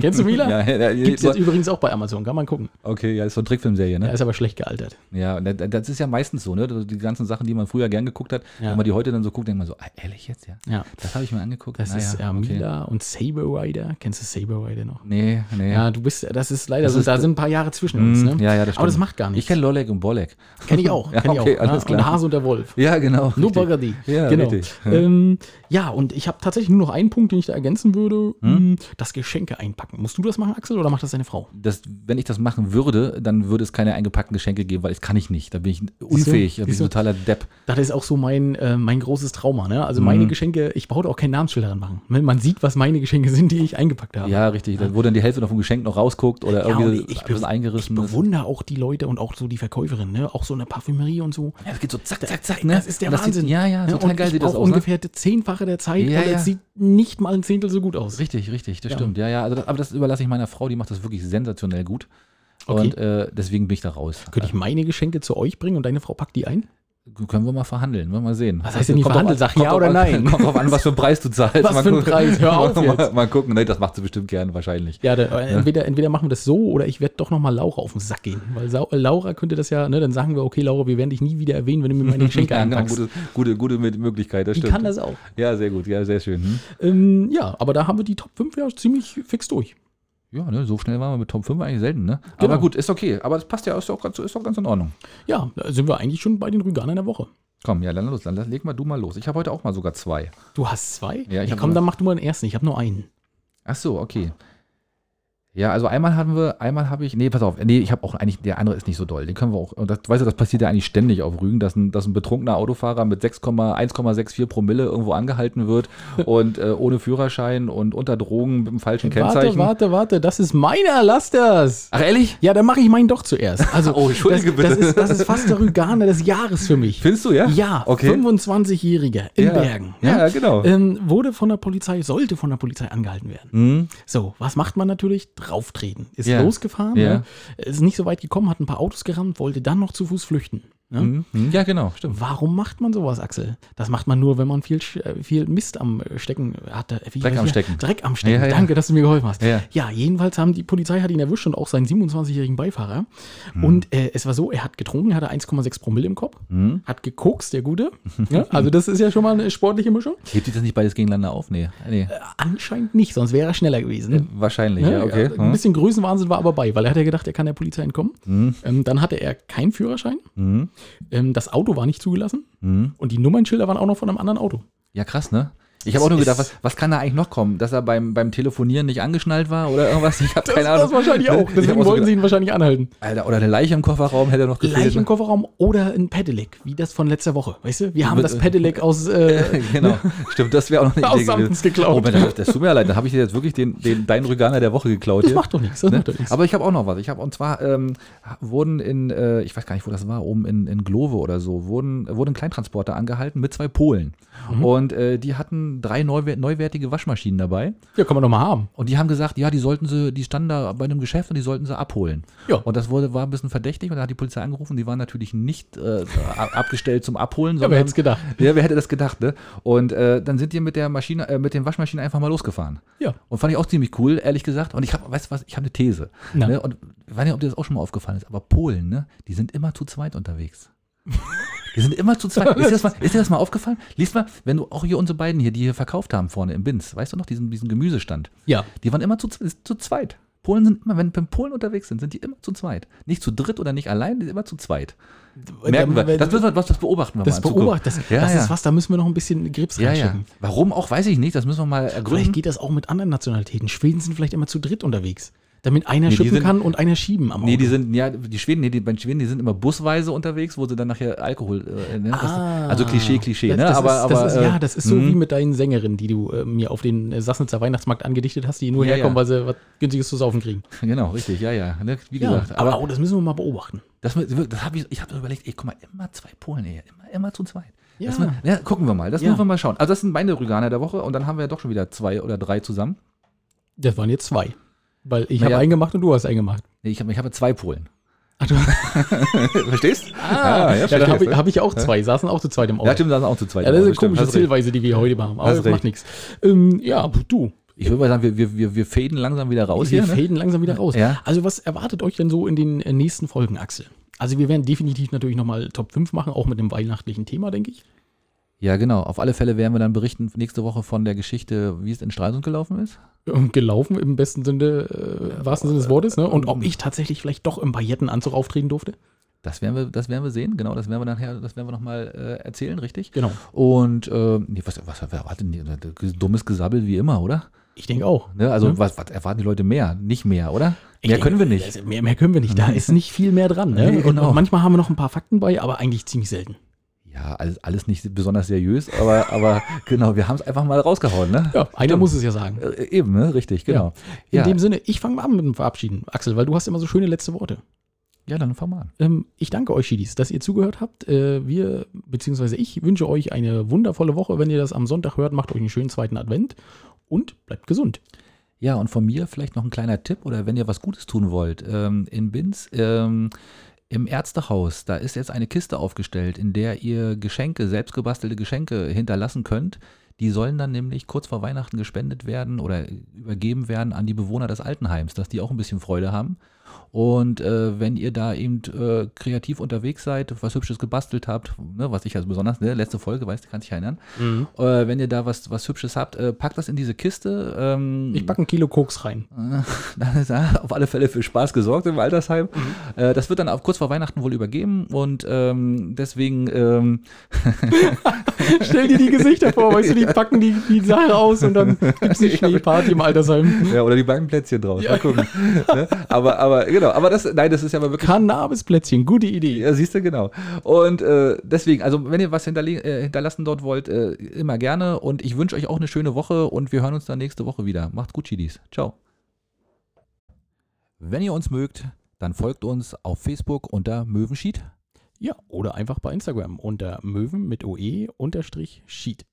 Kennst du Mila? Ja, ja, ja, Gibt's jetzt übrigens auch bei Amazon, kann man gucken. okay, ja, ist so eine Trickfilmserie, ne? Er ist aber schlecht gealtert. Ja, und da- das ist ja meistens so, ne? Die ganzen Sachen, die man früher gern geguckt hat, Ja. wenn man die heute dann so guckt, denkt man so, ah, ehrlich jetzt, ja? Ja. Das habe ich mir angeguckt. Das Naja, ist ja, okay. Mila und Saber Rider. Kennst du Saber Rider noch? Nee, nee. Ja, du bist, das ist leider Das so, ist- da sind ein paar Jahre zwischen uns, ne? Hm, Ja, ja, das stimmt. Aber das macht gar nichts. Ich kenne Lolek und Bolek. Kenn ich auch. <laughs> Ja, kenn ich okay, auch. alles ne? klar. Und der Hase und der Wolf. Ja, <laughs> genau. Lou richtig. Bogardi. Ja, genau. richtig. Ja, ähm, ja und ich habe tatsächlich nur noch einen Punkt, den ich da ergänzen würde. Hm? Das Geschenke einpacken. Musst du das machen, Axel, oder macht das deine Frau? Das, wenn ich das machen würde, dann würde es keine eingepackten Geschenke geben, weil das kann ich nicht. Da bin ich unfähig, da bin ich Siehst du? ein totaler Depp. Das ist auch so mein, äh, mein großes Trauma. Ne? Also Mhm. meine Geschenke, ich brauche da auch kein Namensschild daran machen. Ne? Man sieht, was meine Geschenke sind, die ich eingepackt habe. Ja, richtig. Da wurde dann die Hälfte noch vom Geschenk noch rausguckt oder Ja, irgendwie und ich alles bewu- eingerissen. Ich bewundere auch die Leute und auch so die Verkäuferin, ne? auch so eine Parfümerie und so. ja, das geht so zack, zack, zack. Das ist der ne? Und Wahnsinn. Sieht, ja, ja, Ne? total und geil ich sieht das brauch aus. Ne? ungefähr die zehnfache der Zeit Ja, und ja. es sieht nicht mal ein Zehntel so gut aus. Richtig, richtig, das Ja. stimmt. Ja, ja, also das, aber das überlasse ich meiner Frau, die macht das wirklich sensationell gut. Okay. Und äh, deswegen bin ich da raus. Könnte ich meine Geschenke zu euch bringen und deine Frau packt die ein? Äh, können wir mal verhandeln, wollen wir mal sehen. Was heißt denn nicht Kommt verhandeln? drauf an- Sag ja kommt drauf oder an- nein. <laughs> Kommt drauf an, was für einen Preis du zahlst. Was für einen gucken. Preis? Hör auf <laughs> mal, jetzt. mal gucken. Nee, das macht sie bestimmt gern, wahrscheinlich. Ja, da, äh, entweder, entweder machen wir das so oder ich werde doch nochmal Laura auf den Sack gehen. Weil Sau äh, Laura könnte das ja, ne, dann sagen wir, okay, Laura, wir werden dich nie wieder erwähnen, wenn du mir <laughs> meine Geschenke Ja, genau, einpackst. gute, gute, gute Mö- Möglichkeit, das Die stimmt. kann das auch. Ja, sehr gut, ja, sehr schön. Hm? Ähm, ja, aber da haben wir die Top 5 ja ziemlich fix durch. Ja, ne, so schnell waren wir mit Tom 5 eigentlich selten, ne? Genau. Aber gut, ist okay. Aber das passt ja, ist doch ganz, ist doch ganz in Ordnung. Ja, da sind wir eigentlich schon bei den Rüganern der Woche. Komm, ja, dann los, dann leg mal du mal los. Ich habe heute auch mal sogar zwei. Du hast zwei? Ja, ich hab komm, nur- dann mach du mal den ersten. Ich habe nur einen. Ach so, okay. Ja, also einmal haben wir, einmal habe ich, nee, pass auf, nee, ich habe auch eigentlich, der andere ist nicht so doll, den können wir auch, und das, weißt du, das passiert ja eigentlich ständig auf Rügen, dass ein, dass ein betrunkener Autofahrer mit 6,1, 1,64 Promille irgendwo angehalten <laughs> wird und äh, ohne Führerschein und unter Drogen mit dem falschen Kennzeichen. Warte, warte, warte, das ist meiner, lass das! Ach, ehrlich? Ja, dann mache ich meinen doch zuerst. Also, <laughs> Oh, entschuldige das, bitte. Das ist, das ist fast der Rüganer des Jahres für mich. Findest du, ja? Ja, okay. 25-Jähriger in Ja. Bergen. Ja, genau. Ähm, wurde von der Polizei, sollte von der Polizei angehalten werden. Hm? So, was macht man natürlich? Drauftreten. Ist Ja. losgefahren, Ja. ne? ist nicht so weit gekommen, hat ein paar Autos gerammt, wollte dann noch zu Fuß flüchten. Ne? Mhm. Ja, genau, stimmt. Warum macht man sowas, Axel? Das macht man nur, wenn man viel, Sch- äh, viel Mist am äh, Stecken hatte. Wie- Dreck am wie- Stecken. Dreck am Stecken. Ja, ja. Danke, dass du mir geholfen hast. Ja. jedenfalls haben die Polizei hat ihn erwischt und auch seinen 27-jährigen Beifahrer. Und Hm. äh, es war so, er hat getrunken, hatte 1,6 Promille im Kopf, hat gekokst, der <laughs> Gute. ja, also das ist ja schon mal eine sportliche Mischung. Hebt sich das nicht beides gegeneinander auf? Nee. nee. Äh, anscheinend nicht, sonst wäre er schneller gewesen. Wahrscheinlich, Ne? ja, okay. Ein Hm. bisschen Größenwahnsinn war aber bei, weil er hat ja gedacht, er kann der Polizei entkommen. Ähm, dann hatte er keinen Führerschein. Hm, Ähm, das Auto war nicht zugelassen. Und die Nummernschilder waren auch noch von einem anderen Auto. Ja, krass, ne? Ich habe auch nur Es gedacht, was, ist- was kann da eigentlich noch kommen? Dass er beim, beim Telefonieren nicht angeschnallt war oder irgendwas? Ich habe keine Ahnung. Das Ne? wahrscheinlich auch. Ich hab Deswegen auch so wollten sie gedacht, ihn wahrscheinlich anhalten. Alter, oder eine Leiche im Kofferraum hätte noch gefehlt. Gleich im ne? Kofferraum oder ein Pedelec, wie das von letzter Woche. Weißt du, wir haben Mit- das Pedelec aus. Äh, <laughs> genau, stimmt, das wäre auch noch <laughs> eine Aus Idee Samtens gewesen. geklaut. Oh, Mensch, das tut mir leid, dann habe ich dir jetzt wirklich den, den, deinen Rüganer der Woche geklaut. das hier. macht doch nichts. Das Ne? macht doch nichts. Aber ich habe auch noch was. Ich habe und zwar ähm, wurden in, äh, ich weiß gar nicht, wo das war, oben in, in Glove oder so, wurden, wurden Kleintransporter angehalten mit zwei Polen. Mhm. Und äh, die hatten drei neuwer- neuwertige Waschmaschinen dabei. ja, kann man doch mal haben. Und die haben gesagt, ja, die sollten sie, die standen da bei einem Geschäft und die sollten sie abholen. Ja. Und das wurde, war ein bisschen verdächtig und da hat die Polizei angerufen, die waren natürlich nicht äh, ab- abgestellt zum Abholen, Ja, wer hätte es gedacht? Ja, wer hätte das gedacht, ne? Und äh, dann sind die mit der Maschine, äh, mit den Waschmaschinen einfach mal losgefahren. Ja. Und fand ich auch ziemlich cool, ehrlich gesagt. Und ich habe, weißt du was, ich habe eine These. Na. Ne? Und ich weiß nicht, ob dir das auch schon mal aufgefallen ist, aber Polen, ne? Die sind immer zu <laughs> zweit unterwegs. Die sind immer zu zweit. Ist dir, das mal, ist dir das mal aufgefallen? Lies mal, wenn du auch hier unsere beiden hier, die hier verkauft haben vorne im Bins, weißt du noch, diesen, diesen Gemüsestand. Ja. Die waren immer zu, z- zu zweit. Polen sind immer, wenn, wenn Polen unterwegs sind, sind die immer zu zweit. Nicht zu dritt oder nicht allein, die sind immer zu zweit. Merken wir. Das, müssen wir, was, das beobachten wir das mal. in Zukunft. beobachtet. Das, ja, das ja. ist was, da müssen wir noch ein bisschen Grips Ja, ja. reinschicken. Warum auch, weiß ich nicht. Das müssen wir mal Vielleicht ergründen. geht das auch mit anderen Nationalitäten. Schweden sind vielleicht immer zu dritt unterwegs, damit einer die schippen sind- kann und einer schieben am Auto. Nee, die sind, ja, die Schweden, nee, die, bei den Schweden, die sind immer busweise unterwegs, wo sie dann nachher Alkohol, äh, ne? das, Ah. also Klischee, Klischee, Das- ne? das aber, ist, aber, das ist, äh, ja, das ist so mh. wie mit deinen Sängerinnen, die du äh, mir auf den äh, Sassnitzer Weihnachtsmarkt angedichtet hast, die nur Ja, herkommen, ja. weil sie was Günstiges zu saufen kriegen. Genau, richtig, ja, ja, ne? wie gesagt, aber oh, das müssen wir mal beobachten. Das, das habe ich, ich habe überlegt, ey, guck mal, immer zwei Polen, ey, immer, immer zu zweit. Ja. Das, mu- ja, gucken wir mal, das Ja. müssen wir mal schauen. Also das sind meine Rüganer der Woche und dann haben wir ja doch schon wieder zwei oder drei zusammen. Das waren jetzt zwei. Weil ich Na habe ja. einen gemacht und du hast einen gemacht. Nee, ich habe ich habe <laughs> zwei Polen. Ach, Ah, du, Verstehst? ah, ja, dann verstehst, habe ich, ne? hab ich auch zwei, saßen auch zu zweit im Auto. ja, stimmt, da sind auch zu zweit. Ja, das ist eine Polen, stimmt, komische hast recht. Zielweise, die wir heute machen, aber Hast das macht nichts. Ähm, ja, du, Ich würde mal sagen, wir, wir, wir, wir faden langsam wieder raus wir hier. Ne? faden langsam wieder raus. Ja. Also was erwartet euch denn so in den äh, nächsten Folgen, Axel? Also wir werden definitiv natürlich nochmal Top 5 machen, auch mit dem weihnachtlichen Thema, denke ich. Ja, genau. Auf alle Fälle werden wir dann berichten nächste Woche von der Geschichte, wie es in Stralsund gelaufen ist. Und ähm, gelaufen im besten Sinne, äh, wahrsten Sinne des Wortes, ne? Und ähm, ob ich tatsächlich vielleicht doch im Paillettenanzug auftreten durfte. Das werden wir, das werden wir sehen, genau, das werden wir nachher, das werden wir nochmal äh, erzählen, richtig? Genau. Und äh, nee, was, was erwarten die? äh, Dummes Gesabbel wie immer, oder? Ich denke auch. Ne? Also was, was erwarten die Leute mehr? Nicht mehr, oder? Ich mehr denke, können wir nicht. Mhm. also Mehr, mehr können wir nicht. Da ist nicht viel mehr dran. Ne? Nee, und, genau. und manchmal haben wir noch ein paar Fakten bei, aber eigentlich ziemlich selten. Ja, alles, alles nicht besonders seriös, aber, aber <laughs> genau, wir haben es einfach mal rausgehauen, ne? Ja, einer muss es ja sagen. Äh, Eben, ne? Richtig, genau. In Ja, ja, dem Sinne, ich fange mal an mit dem Verabschieden, Axel, weil du hast immer so schöne letzte Worte. dann fang mal an. Ähm, ich danke euch, Schiedis, dass ihr zugehört habt. Äh, wir, beziehungsweise ich, wünsche euch eine wundervolle Woche. Wenn ihr das am Sonntag hört, macht euch einen schönen zweiten Advent und bleibt gesund. Ja, und von mir vielleicht noch ein kleiner Tipp oder wenn ihr was Gutes tun wollt, ähm, in Binz ähm, im Ärztehaus, da ist jetzt eine Kiste aufgestellt, in der ihr Geschenke, selbstgebastelte Geschenke hinterlassen könnt. Die sollen dann nämlich kurz vor Weihnachten gespendet werden oder übergeben werden an die Bewohner des Altenheims, dass die auch ein bisschen Freude haben. Und äh, wenn ihr da eben äh, kreativ unterwegs seid, was Hübsches gebastelt habt, ne, was ich also besonders, ne, letzte Folge, weißt du, kannst dich erinnern. Äh, wenn ihr da was, was Hübsches habt, äh, packt das in diese Kiste. Ähm, Ich packe ein Kilo Koks rein. da ist auf alle Fälle für Spaß gesorgt im Altersheim. Äh, das wird dann auch kurz vor Weihnachten wohl übergeben und ähm, deswegen, ähm, <laughs> Stell dir die Gesichter vor, weißt du, die packen die, die Sache aus und dann gibt es eine Schneeparty im Altersheim. ja, oder die beiden Plätzchen draus. Mal gucken. ne? Aber, aber, genau, aber das, nein, das ist ja aber wirklich. Cannabisplätzchen, gute Idee. Ja, siehst du, genau. Und äh, deswegen, also wenn ihr was hinterle äh, hinterlassen dort wollt, äh, immer gerne. Und ich wünsche euch auch eine schöne Woche und wir hören uns dann nächste Woche wieder. Macht's gut, Chidis. Ciao. Wenn ihr uns mögt, dann folgt uns auf Facebook unter Möwenschied. Ja, oder einfach bei Instagram unter Möwen mit OE E unterstrich Sheet.